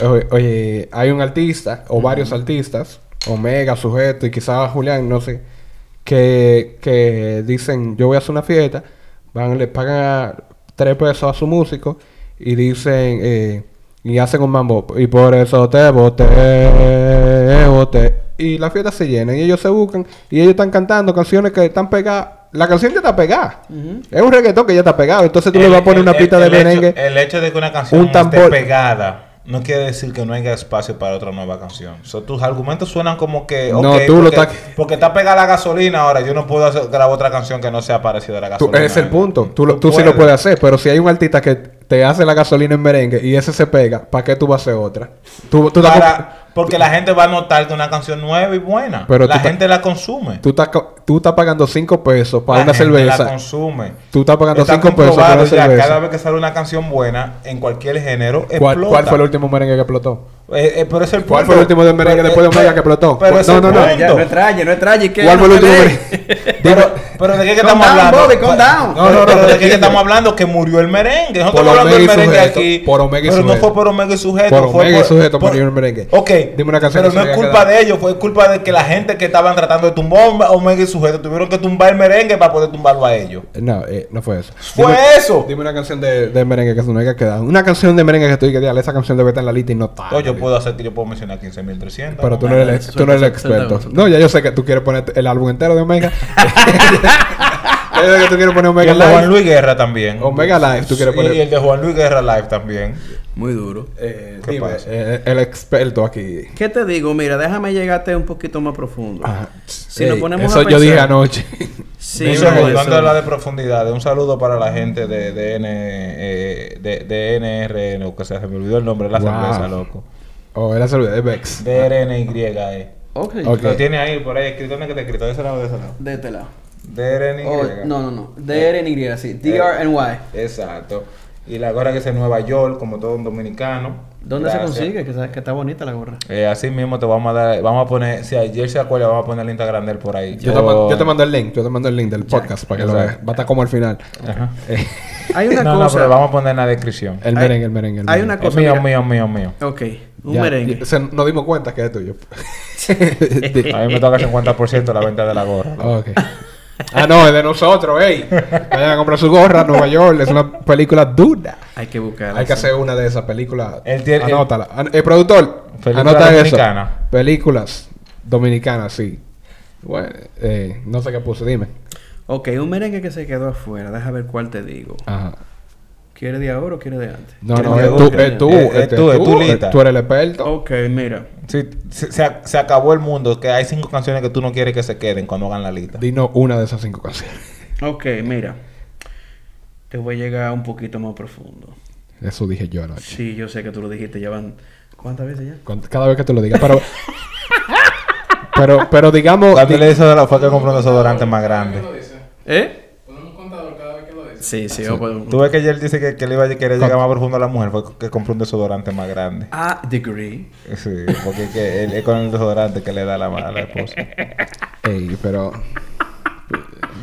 Speaker 2: oye, oye, hay un artista o varios artistas, Omega, Sujeto y quizás Julián, no sé, que, que dicen, yo voy a hacer una fiesta, van, le pagan a- tres pesos a su músico y dicen, eh, y hacen un mambo, y por eso te boté, boté. Y la fiesta se llena y ellos se buscan y ellos están cantando canciones que están pegadas. La canción ya está pegada. Es un reggaetón que ya está pegado. Entonces tú le
Speaker 6: El-
Speaker 2: vas a poner
Speaker 6: el-
Speaker 2: una
Speaker 6: el-
Speaker 2: pista de
Speaker 6: el hecho-
Speaker 2: merengue.
Speaker 6: el hecho de que una canción
Speaker 2: un
Speaker 6: esté
Speaker 2: tambor.
Speaker 6: pegada no quiere decir que no haya espacio para otra nueva canción. So, tus argumentos suenan como que.
Speaker 2: No,
Speaker 6: ok,
Speaker 2: tú lo
Speaker 6: porque,
Speaker 2: estás-
Speaker 6: porque está pegada la gasolina ahora. Yo no puedo hacer- grabar otra canción que no sea parecida a la
Speaker 2: Tú,
Speaker 6: gasolina.
Speaker 2: ese es el punto. Tú, lo-
Speaker 6: No
Speaker 2: tú sí lo
Speaker 6: puedes.
Speaker 2: puedes hacer, pero si hay un artista que te hace la gasolina en merengue y ese se pega, ¿para qué tú vas a hacer otra? Tú, tú estás co-
Speaker 6: Para- porque la gente va a notar que una canción nueva y buena.
Speaker 2: Pero
Speaker 6: la
Speaker 2: tú ta-
Speaker 6: gente la consume.
Speaker 2: tú estás, co- tú estás pagando 5 pesos para
Speaker 6: La
Speaker 2: una
Speaker 6: gente La
Speaker 2: cerveza.
Speaker 6: consume.
Speaker 2: Tú estás pagando
Speaker 6: Está
Speaker 2: 5 pesos para una
Speaker 6: comprobado ya,
Speaker 2: cerveza.
Speaker 6: Cada vez que sale una canción buena, en cualquier género,
Speaker 2: ¿Cuál,
Speaker 6: explota.
Speaker 2: cuál fue el último merengue que explotó?
Speaker 6: Eh, eh, pero es el
Speaker 2: ¿Cuál
Speaker 6: punto.
Speaker 2: fue el último de merengue
Speaker 6: Pero-
Speaker 2: después de Omega
Speaker 6: eh,
Speaker 2: que explotó?
Speaker 6: Pero es
Speaker 2: No,
Speaker 6: el
Speaker 2: no, no.
Speaker 6: punto.
Speaker 5: Ya, no es traje, no es traje. ¿qué?
Speaker 2: ¿Cuál
Speaker 5: No
Speaker 2: fue el último
Speaker 5: pelees.
Speaker 2: merengue? <laughs>
Speaker 6: Pero, pero de qué que
Speaker 5: Calm
Speaker 6: estamos
Speaker 5: down,
Speaker 6: hablando?
Speaker 5: Bobby, calm down.
Speaker 6: No, no, no,
Speaker 2: Pero
Speaker 6: pero de
Speaker 2: es
Speaker 6: qué que
Speaker 2: que-
Speaker 6: estamos hablando que murió el merengue. No
Speaker 2: Por
Speaker 6: estamos hablando
Speaker 2: Omega
Speaker 6: del
Speaker 2: y
Speaker 6: merengue
Speaker 2: Sujeto,
Speaker 6: aquí.
Speaker 2: por Omega y
Speaker 6: pero no
Speaker 2: Sujeto.
Speaker 6: fue por Omega y sujeto.
Speaker 2: Por
Speaker 6: fue
Speaker 2: Omega y Sujeto
Speaker 6: por-
Speaker 2: murió el merengue.
Speaker 6: Ok.
Speaker 2: Dime una canción
Speaker 6: Pero
Speaker 2: que
Speaker 6: no
Speaker 2: se
Speaker 6: es
Speaker 2: haya
Speaker 6: culpa
Speaker 2: quedado.
Speaker 6: de ellos, fue culpa de que la gente que estaban tratando de tumbar a Omega y sujeto tuvieron que tumbar el merengue para poder tumbarlo a ellos.
Speaker 2: No, eh, no fue eso.
Speaker 6: Fue eso.
Speaker 2: Dime una canción de, de merengue que se me haya quedado. Una canción de merengue que tú digas, "Diablo, esa canción debe estar en la lista y no
Speaker 5: Ah,
Speaker 2: está.
Speaker 6: No, yo puedo hacer que yo puedo mencionar 15.300.
Speaker 2: Pero tú no
Speaker 6: Omega.
Speaker 2: eres, el- tú no eres el experto. No, ya yo sé que tú quieres poner el álbum entero de Omega. <laughs> Ya yo sé que tú quieres poner
Speaker 6: Y
Speaker 2: Omega
Speaker 6: el de Juan
Speaker 2: Live.
Speaker 6: Luis Guerra también.
Speaker 2: Omega Live, tú quieres
Speaker 6: Sí,
Speaker 2: poner.
Speaker 6: Y el de Juan Luis Guerra Live también.
Speaker 5: <laughs> Muy duro.
Speaker 2: Eh,
Speaker 6: ¿Qué
Speaker 2: dime,
Speaker 6: pasa?
Speaker 2: eh, el experto aquí.
Speaker 5: ¿Qué te digo? Mira, déjame llegarte un poquito más profundo. si
Speaker 2: Ey,
Speaker 5: nos ponemos
Speaker 2: Ah, eso
Speaker 5: a
Speaker 2: yo
Speaker 5: pensar-
Speaker 2: dije anoche.
Speaker 5: Sí,
Speaker 6: Dice,
Speaker 5: no,
Speaker 6: volviendo
Speaker 5: eso-
Speaker 6: a hablar de profundidades, un saludo para la gente de, de, N, eh, de, de NRN, o que sea, se me olvidó el nombre de la
Speaker 2: Wow.
Speaker 6: cerveza, loco.
Speaker 2: oh, era salud de Bex.
Speaker 6: DRNY, eh.
Speaker 5: Ok.
Speaker 2: Ok.
Speaker 6: Lo tiene ahí, por ahí escrito, ¿dónde que te escrito? ¿De ese lado o de ese lado?
Speaker 5: De este lado.
Speaker 6: DRNY.
Speaker 5: Oh, no, no, no. DRNY, sí. DRNY.
Speaker 6: Exacto. Y la gorra que es en Nueva York, como todo un dominicano.
Speaker 5: ¿Dónde
Speaker 6: Gracias.
Speaker 5: se consigue? Que, sabes que está bonita
Speaker 2: <laughs>
Speaker 5: la gorra.
Speaker 6: Eh, así mismo te vamos a dar, vamos a poner, si ayer se acuerda, vamos a poner el Instagram de él por ahí.
Speaker 2: Yo, te
Speaker 6: O-
Speaker 2: mando, yo te mando el link, yo te mando el link del podcast para que lo
Speaker 6: Exacto.
Speaker 2: veas. Va a estar como al final. <laughs>
Speaker 6: Ajá.
Speaker 2: Eh,
Speaker 5: Hay una
Speaker 6: No, no,
Speaker 5: cosa.
Speaker 6: pero vamos a poner en la descripción.
Speaker 2: el
Speaker 5: Hay-
Speaker 2: merengue, el merengue. el
Speaker 5: hay
Speaker 2: merengue.
Speaker 5: una
Speaker 6: Es
Speaker 5: cosa,
Speaker 6: mío,
Speaker 5: mira.
Speaker 6: mío, mío, mío.
Speaker 5: Ok, un
Speaker 2: Ya,
Speaker 5: merengue.
Speaker 2: ya, se- nos dimos cuenta que es
Speaker 5: <laughs>
Speaker 2: tuyo. <laughs>
Speaker 6: A mí me toca 50% la venta de la gorra.
Speaker 2: Ok. Ah, no, es de nosotros, ey. Vayan a comprar su gorra, Nueva York. Es una película dura.
Speaker 5: Hay que buscarla.
Speaker 2: Hay que
Speaker 5: sí.
Speaker 2: hacer una de esas películas.
Speaker 6: Él tiene-
Speaker 2: Anótala. An- eh, productor,
Speaker 6: Película
Speaker 2: anota
Speaker 6: dominicana.
Speaker 2: eso. Películas dominicanas, sí. Bueno, eh, no sé qué puse, dime.
Speaker 5: Ok, un merengue que se quedó afuera. Deja ver cuál te digo.
Speaker 2: Ajá.
Speaker 5: ¿Quiere de ahora o quiere de antes?
Speaker 2: No,
Speaker 6: ¿Quién
Speaker 2: no,
Speaker 6: le
Speaker 2: es tú,
Speaker 6: gusta?
Speaker 2: es tú,
Speaker 6: Eh, eh,
Speaker 2: este,
Speaker 6: tú, eh, tú,
Speaker 2: tú, eh,
Speaker 6: Lita.
Speaker 2: tú eres el experto.
Speaker 5: Ok, mira.
Speaker 6: Sí, se, se ac- se acabó el mundo. Que hay cinco canciones que tú no quieres que se queden cuando hagan la lista.
Speaker 2: Dinos una de esas cinco canciones.
Speaker 5: Ok, mira. Te voy a llegar un poquito más profundo.
Speaker 2: Eso dije yo anoche.
Speaker 5: Sí, yo sé que tú lo dijiste. Ya van... ¿Cuántas veces ya?
Speaker 2: Con- Cada vez que tú lo digas,
Speaker 6: <laughs>
Speaker 2: pero... pero, pero digamos...
Speaker 6: Cuando
Speaker 2: di-
Speaker 6: le hizo de la fue que compró un desodorante más grande.
Speaker 5: ¿Eh?
Speaker 8: Ponemos un contador cada vez que lo dice.
Speaker 5: Sí, sí. vamos a poner-
Speaker 6: Tú ves que ayer dice que, que le iba a querer llegar más profundo a la mujer. Fue que compró un desodorante más grande.
Speaker 5: Ah, degree.
Speaker 6: Sí, porque es que él- es con el desodorante que le da la, a la esposa.
Speaker 2: Ey, pero...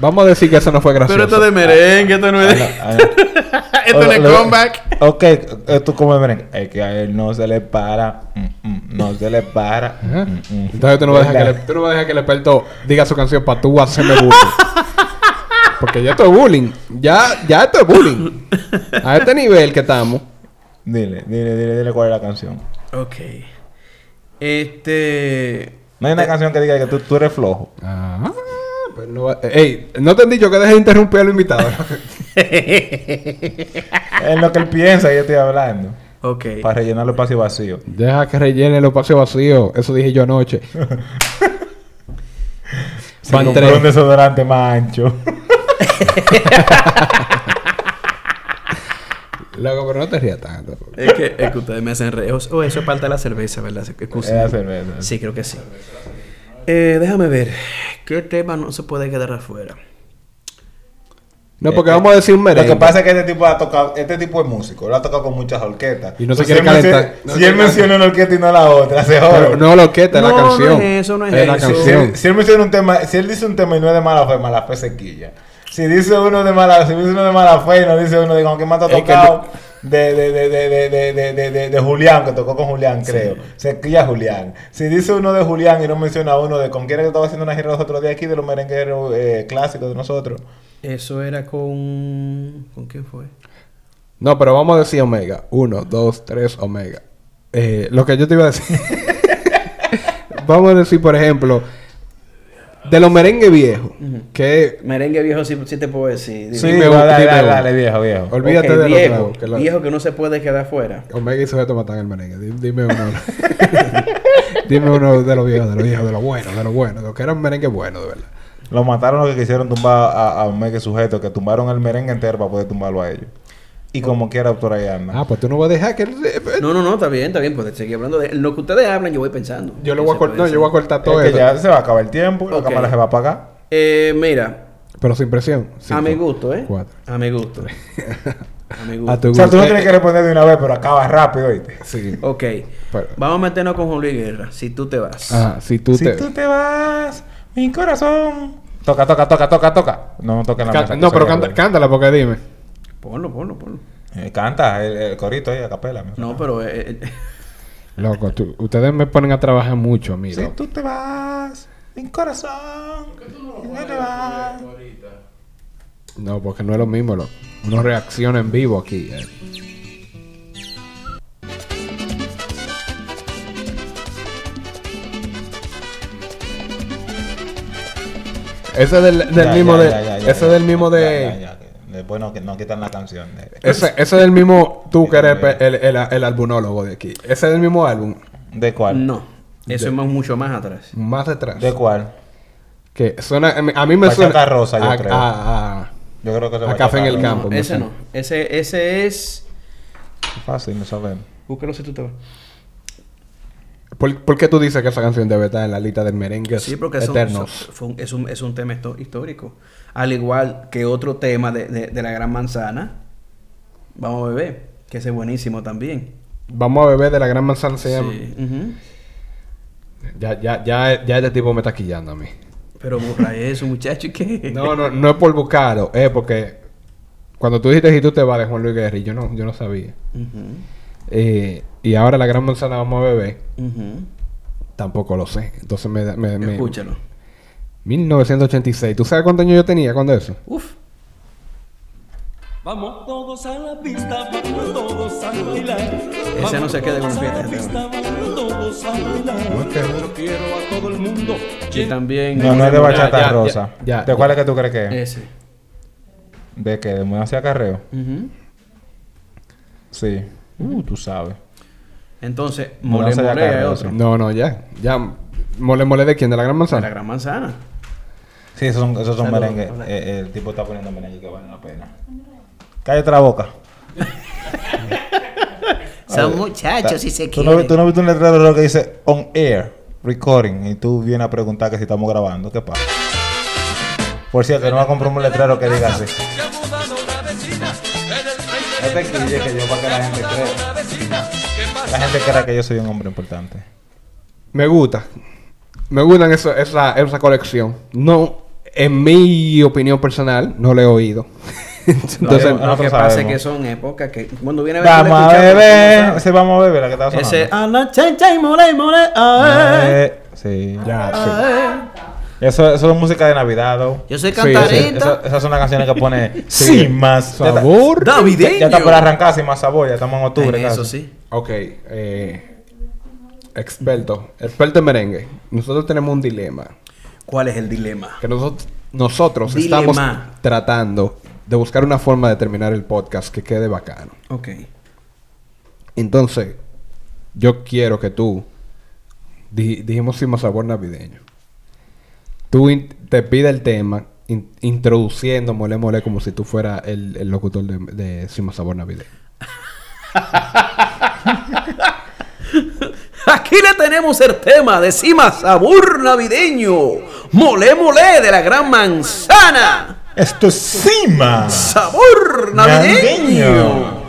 Speaker 2: Vamos a decir que eso no fue gracioso.
Speaker 5: merengue, esto no
Speaker 6: Ah, no, ah, no. Lo- lo- Ok, eh, tú comes merengue. Es que a él no se le para. mm, mm, no se le para. mm,
Speaker 2: Ajá.
Speaker 6: mm, mm.
Speaker 2: Entonces tú no, vas a dejar que le- tú no vas a dejar que el experto diga su canción para tú hacerme bullying. Porque ya esto es bullying. Ya, ya esto es bullying. A este nivel que estamos.
Speaker 6: Dile, dile, dile, dile cuál es la canción.
Speaker 5: Ok. Este.
Speaker 6: No hay una canción que diga que tú, tú eres flojo.
Speaker 2: Ah, pues no va- Ey, no te han dicho que dejes de interrumpir a los
Speaker 6: <laughs>
Speaker 2: invitados.
Speaker 6: Es lo que él piensa que yo estoy hablando.
Speaker 5: <laughs> ok.
Speaker 6: Para rellenar los espacios vacíos.
Speaker 2: Deja que rellene los espacios vacíos. Eso dije yo anoche.
Speaker 6: Se
Speaker 2: Van
Speaker 6: compró un
Speaker 2: tres.
Speaker 6: desodorante más ancho.
Speaker 2: Loco, pero no te rías tanto.
Speaker 5: Es que, es que ustedes me hacen reír. O o eso es parte de la cerveza, ¿verdad? Se-
Speaker 6: Es
Speaker 5: excusa.
Speaker 6: la cerveza.
Speaker 5: Sí, creo que sí. Eh, déjame ver. ¿Qué tema no se puede quedar afuera?
Speaker 2: No, porque vamos a decir un
Speaker 6: Eh, Lo
Speaker 2: merengue.
Speaker 6: que pasa es que este tipo ha tocado, este tipo de músico, lo ha tocado con muchas orquestas.
Speaker 2: Y no se
Speaker 6: Entonces,
Speaker 2: quiere
Speaker 6: si él mencio-
Speaker 2: calentar. No
Speaker 6: Si
Speaker 2: se
Speaker 6: él
Speaker 2: quiere
Speaker 6: menciona una orquesta y no la otra, se jode.
Speaker 2: Pero no lo que te, la
Speaker 5: No, no es
Speaker 2: canción.
Speaker 5: eso, no es
Speaker 2: la
Speaker 5: eso.
Speaker 6: Si
Speaker 2: canción.
Speaker 6: él, si él menciona un tema, si él dice un tema y no es de mala fe, mala fe se quilla. Si dice uno de mala, si dice uno de mala fe y no dice uno de con que más te ha
Speaker 2: Es que
Speaker 6: tocado de, de, de, de, de, de, de, de, de- de Julián, que tocó con Julián, creo. Se quilla Julián. Si dice uno de Julián y no menciona uno de con quién era que estaba haciendo una gira los otros días aquí de los merengueros eh, clásicos de nosotros.
Speaker 5: Eso era con. ¿Con quién fue?
Speaker 2: No, pero vamos a decir Omega. Uno, dos, tres, Omega. Eh, lo que yo te iba a decir. <laughs> vamos a decir, por ejemplo, de los merengue viejos. Que
Speaker 5: Merengue viejo, sí, sí te puedo decir. Dime.
Speaker 2: Sí,
Speaker 6: Dime,
Speaker 2: dale,
Speaker 6: dale,
Speaker 2: dime
Speaker 6: dale,
Speaker 2: uno.
Speaker 6: dale, viejo, viejo.
Speaker 5: Ok,
Speaker 2: olvídate de los
Speaker 5: viejo,
Speaker 2: tragos, que la-
Speaker 5: viejo que no se puede quedar fuera.
Speaker 2: Omega y Sujeto matan el merengue. Di- Dime uno. <laughs> Dime uno de los viejos, de los viejos, de los buenos, de los buenos. De los que eran merengue buenos, de verdad.
Speaker 6: Lo mataron los que quisieron tumbar a, a Omega y Sujeto, que tumbaron el merengue entero para poder tumbarlo a ellos. Y como quiera, por ahí anda.
Speaker 2: Ah, pues tú no vas a dejar que... eh, él-
Speaker 5: No, no, no, está bien, está bien. Puedes seguir hablando de lo que ustedes hablan, yo voy pensando.
Speaker 2: Yo le voy a
Speaker 5: Se
Speaker 2: cortar,
Speaker 5: puede
Speaker 2: no, yo voy a
Speaker 5: hacer.
Speaker 2: cortar todo
Speaker 6: Es que
Speaker 2: eso.
Speaker 6: ya se va a acabar el tiempo,
Speaker 5: Ok.
Speaker 6: la cámara se va a apagar.
Speaker 5: Eh, mira,
Speaker 2: Pero sin presión.
Speaker 5: a
Speaker 2: Cinco,
Speaker 5: mi gusto, ¿eh? <laughs>
Speaker 2: Cuatro. <laughs>
Speaker 5: A mi gusto. a mi gusto.
Speaker 2: A tu
Speaker 6: O sea, tú no
Speaker 2: gusto.
Speaker 6: tienes que responder de una vez, pero acaba rápido, oíste.
Speaker 2: Sí.
Speaker 5: Ok.
Speaker 2: Pero-
Speaker 5: Vamos a meternos con Juan Luis Guerra, si tú te vas.
Speaker 2: Ah, si tú
Speaker 6: si
Speaker 2: te...
Speaker 6: tú te vas, mi corazón. Toca, toca, toca, toca, toca. No, no toca en la
Speaker 2: Ca-
Speaker 6: mesa, que
Speaker 2: no,
Speaker 6: soy
Speaker 2: pero
Speaker 6: yo,
Speaker 2: canta-
Speaker 6: bro.
Speaker 2: cántala porque dime.
Speaker 5: Ponlo, ponlo, ponlo.
Speaker 6: Eh, canta el, el corito ahí a capela. mi
Speaker 5: No,
Speaker 6: hermano.
Speaker 5: pero... eh, eh,
Speaker 2: Loco, tú- ustedes me ponen a trabajar mucho, amigo.
Speaker 6: Si tú te vas, mi corazón. si no te vas.
Speaker 2: No, porque no es lo mismo. Lo... Uno reacciona en vivo aquí. eh. Ese es del, del
Speaker 6: Ya,
Speaker 2: mismo
Speaker 6: ya,
Speaker 2: de...
Speaker 6: ya, ya, ya,
Speaker 2: ese
Speaker 6: ya,
Speaker 2: es del mismo
Speaker 6: ya,
Speaker 2: de...
Speaker 6: ya, ya, que- de- Bueno, que no quitan la canción. eh.
Speaker 2: Ese, ese es del mismo... Tú que eres pe- el, el, el albunólogo de aquí. Ese es del mismo álbum.
Speaker 6: ¿De cuál?
Speaker 5: no. Eso es más- mucho más atrás.
Speaker 2: Más detrás.
Speaker 6: ¿De cuál?
Speaker 2: Que suena... A mí me
Speaker 6: Bachata
Speaker 2: suena... Ah,
Speaker 6: rosa, yo
Speaker 2: a-
Speaker 6: creo.
Speaker 2: a- a-
Speaker 6: Yo creo que se
Speaker 2: A
Speaker 6: va
Speaker 2: Café en
Speaker 6: tocar,
Speaker 2: el
Speaker 6: ¿no?
Speaker 2: Campo.
Speaker 5: No,
Speaker 2: me
Speaker 5: ese
Speaker 2: suena.
Speaker 5: no. Ese, ese es...
Speaker 6: Fácil, no sabemos.
Speaker 5: Búscalo si tú te vas.
Speaker 2: ¿Por, por qué tú dices que esa canción debe estar en la lista del merengue
Speaker 5: Sí, porque son-
Speaker 2: eternos?
Speaker 5: son- fue un- es, un, es un tema histo- histórico. Al igual que otro tema de, de- de la Gran Manzana, Vamos a beber, que ese es buenísimo también.
Speaker 2: Vamos a beber de la gran manzana. se
Speaker 5: Sí,
Speaker 2: llama.
Speaker 5: ujú.
Speaker 2: Ya, ya, ya, ya este tipo me está quillando a mí.
Speaker 5: Pero borra eso, muchacho, ¿y ¿qué?
Speaker 2: No, no, no es por buscarlo, es porque cuando tú dijiste y tú te vas de Juan Luis Guerri, yo no, yo no sabía.
Speaker 5: Ujú,
Speaker 2: Eh, y ahora la gran manzana vamos a beber,
Speaker 5: ujú.
Speaker 2: tampoco lo sé. Entonces me, da- me, me-
Speaker 5: Escúchalo.
Speaker 2: 1986. ¿Tú sabes cuántos años yo tenía cuando eso?
Speaker 5: Uf.
Speaker 1: Vamos todos a la pista, vamos todos a bailar.
Speaker 5: Ese no se quede con
Speaker 1: Vamos
Speaker 5: fiesta,
Speaker 1: todos a la
Speaker 5: ese
Speaker 1: pista, vamos todos a bailar. Yo quiero a todo el mundo.
Speaker 5: Y también.
Speaker 6: No, no es de bachata
Speaker 2: ya, ya,
Speaker 6: rosa.
Speaker 2: ya,
Speaker 6: ¿De
Speaker 2: ya.
Speaker 6: cuál es que tú crees que es?
Speaker 5: Ese.
Speaker 6: ¿De qué? ¿De Mudanza hacia Carreo?
Speaker 5: Ujú.
Speaker 6: Sí. Uh, tú sabes.
Speaker 5: Entonces,
Speaker 6: Mudanza
Speaker 5: Mole
Speaker 6: de
Speaker 5: Mole es
Speaker 6: Acarreo,
Speaker 5: otro.
Speaker 6: sí.
Speaker 2: No, no, ya. Ya. Mole, mole de quién? De la gran
Speaker 5: De la
Speaker 2: manzana.
Speaker 5: Gran Manzana.
Speaker 6: Sí, esos son, esos son
Speaker 5: Saludos,
Speaker 6: merengues.
Speaker 5: hola.
Speaker 6: Eh, el tipo está poniendo merengue que valen la pena. Cállate la boca.
Speaker 9: Son muchachos si se
Speaker 6: ¿Tú no, vi-
Speaker 9: quieren.
Speaker 6: tú no viste un letrero rojo que dice on air recording y tú vienes a preguntar que si estamos grabando. ¿Qué pasa? Por cierto, no me compré un letrero que diga así. Este quille que yo para que la gente crea. La gente crea que yo soy un hombre importante.
Speaker 2: Me gusta. Me gustan eso- esa, esa colección. No, en mi opinión personal, no le he oído. <laughs> Entonces,
Speaker 6: No,
Speaker 5: Lo que
Speaker 6: nosotros
Speaker 5: pasa es
Speaker 6: sabemos.
Speaker 5: que son épocas que. Cuando viene a ver, tú
Speaker 6: Vamos
Speaker 5: le
Speaker 6: a
Speaker 5: escuchas, tú
Speaker 6: beber.
Speaker 5: no
Speaker 6: Ese
Speaker 5: sabes.
Speaker 6: vamos a beber, la que estaba sonando.
Speaker 5: Ese. Ah, la chan, chan, mole, mole. ah, eh.
Speaker 6: Eh, sí.
Speaker 2: ya, sí.
Speaker 6: Eso, eso es música de Navidad, ¿no?
Speaker 9: Yo soy
Speaker 2: Sí, ese-
Speaker 9: cantarita.
Speaker 6: Esa- esas son las canciones
Speaker 9: <laughs>
Speaker 6: que pone
Speaker 2: Sí.
Speaker 6: Sin Más. Ya está-
Speaker 2: Sabor.
Speaker 5: Davideño.
Speaker 6: Ya está por arrancar Sin Más Sabor, ya estamos en octubre.
Speaker 9: En eso
Speaker 6: casi.
Speaker 9: sí.
Speaker 2: Ok, eh, experto, experto en merengue. Nosotros tenemos un dilema
Speaker 5: ¿Cuál es el dilema?
Speaker 2: que nosotros, nosotros
Speaker 5: Dilema.
Speaker 2: estamos tratando de buscar una forma de terminar el podcast que quede bacano.
Speaker 5: Ok.
Speaker 2: Entonces, yo quiero que tú, di- dijimos sin más sabor navideño, tú in- te pida el tema in- introduciendo mole mole como si tú fuera el, el locutor de, de sin más sabor navideño.
Speaker 5: Aquí le tenemos el tema de Cima Sabor Navideño. Mole mole de la gran manzana.
Speaker 6: Esto es Sin Más.
Speaker 5: Sabor navideño.
Speaker 6: Navideño.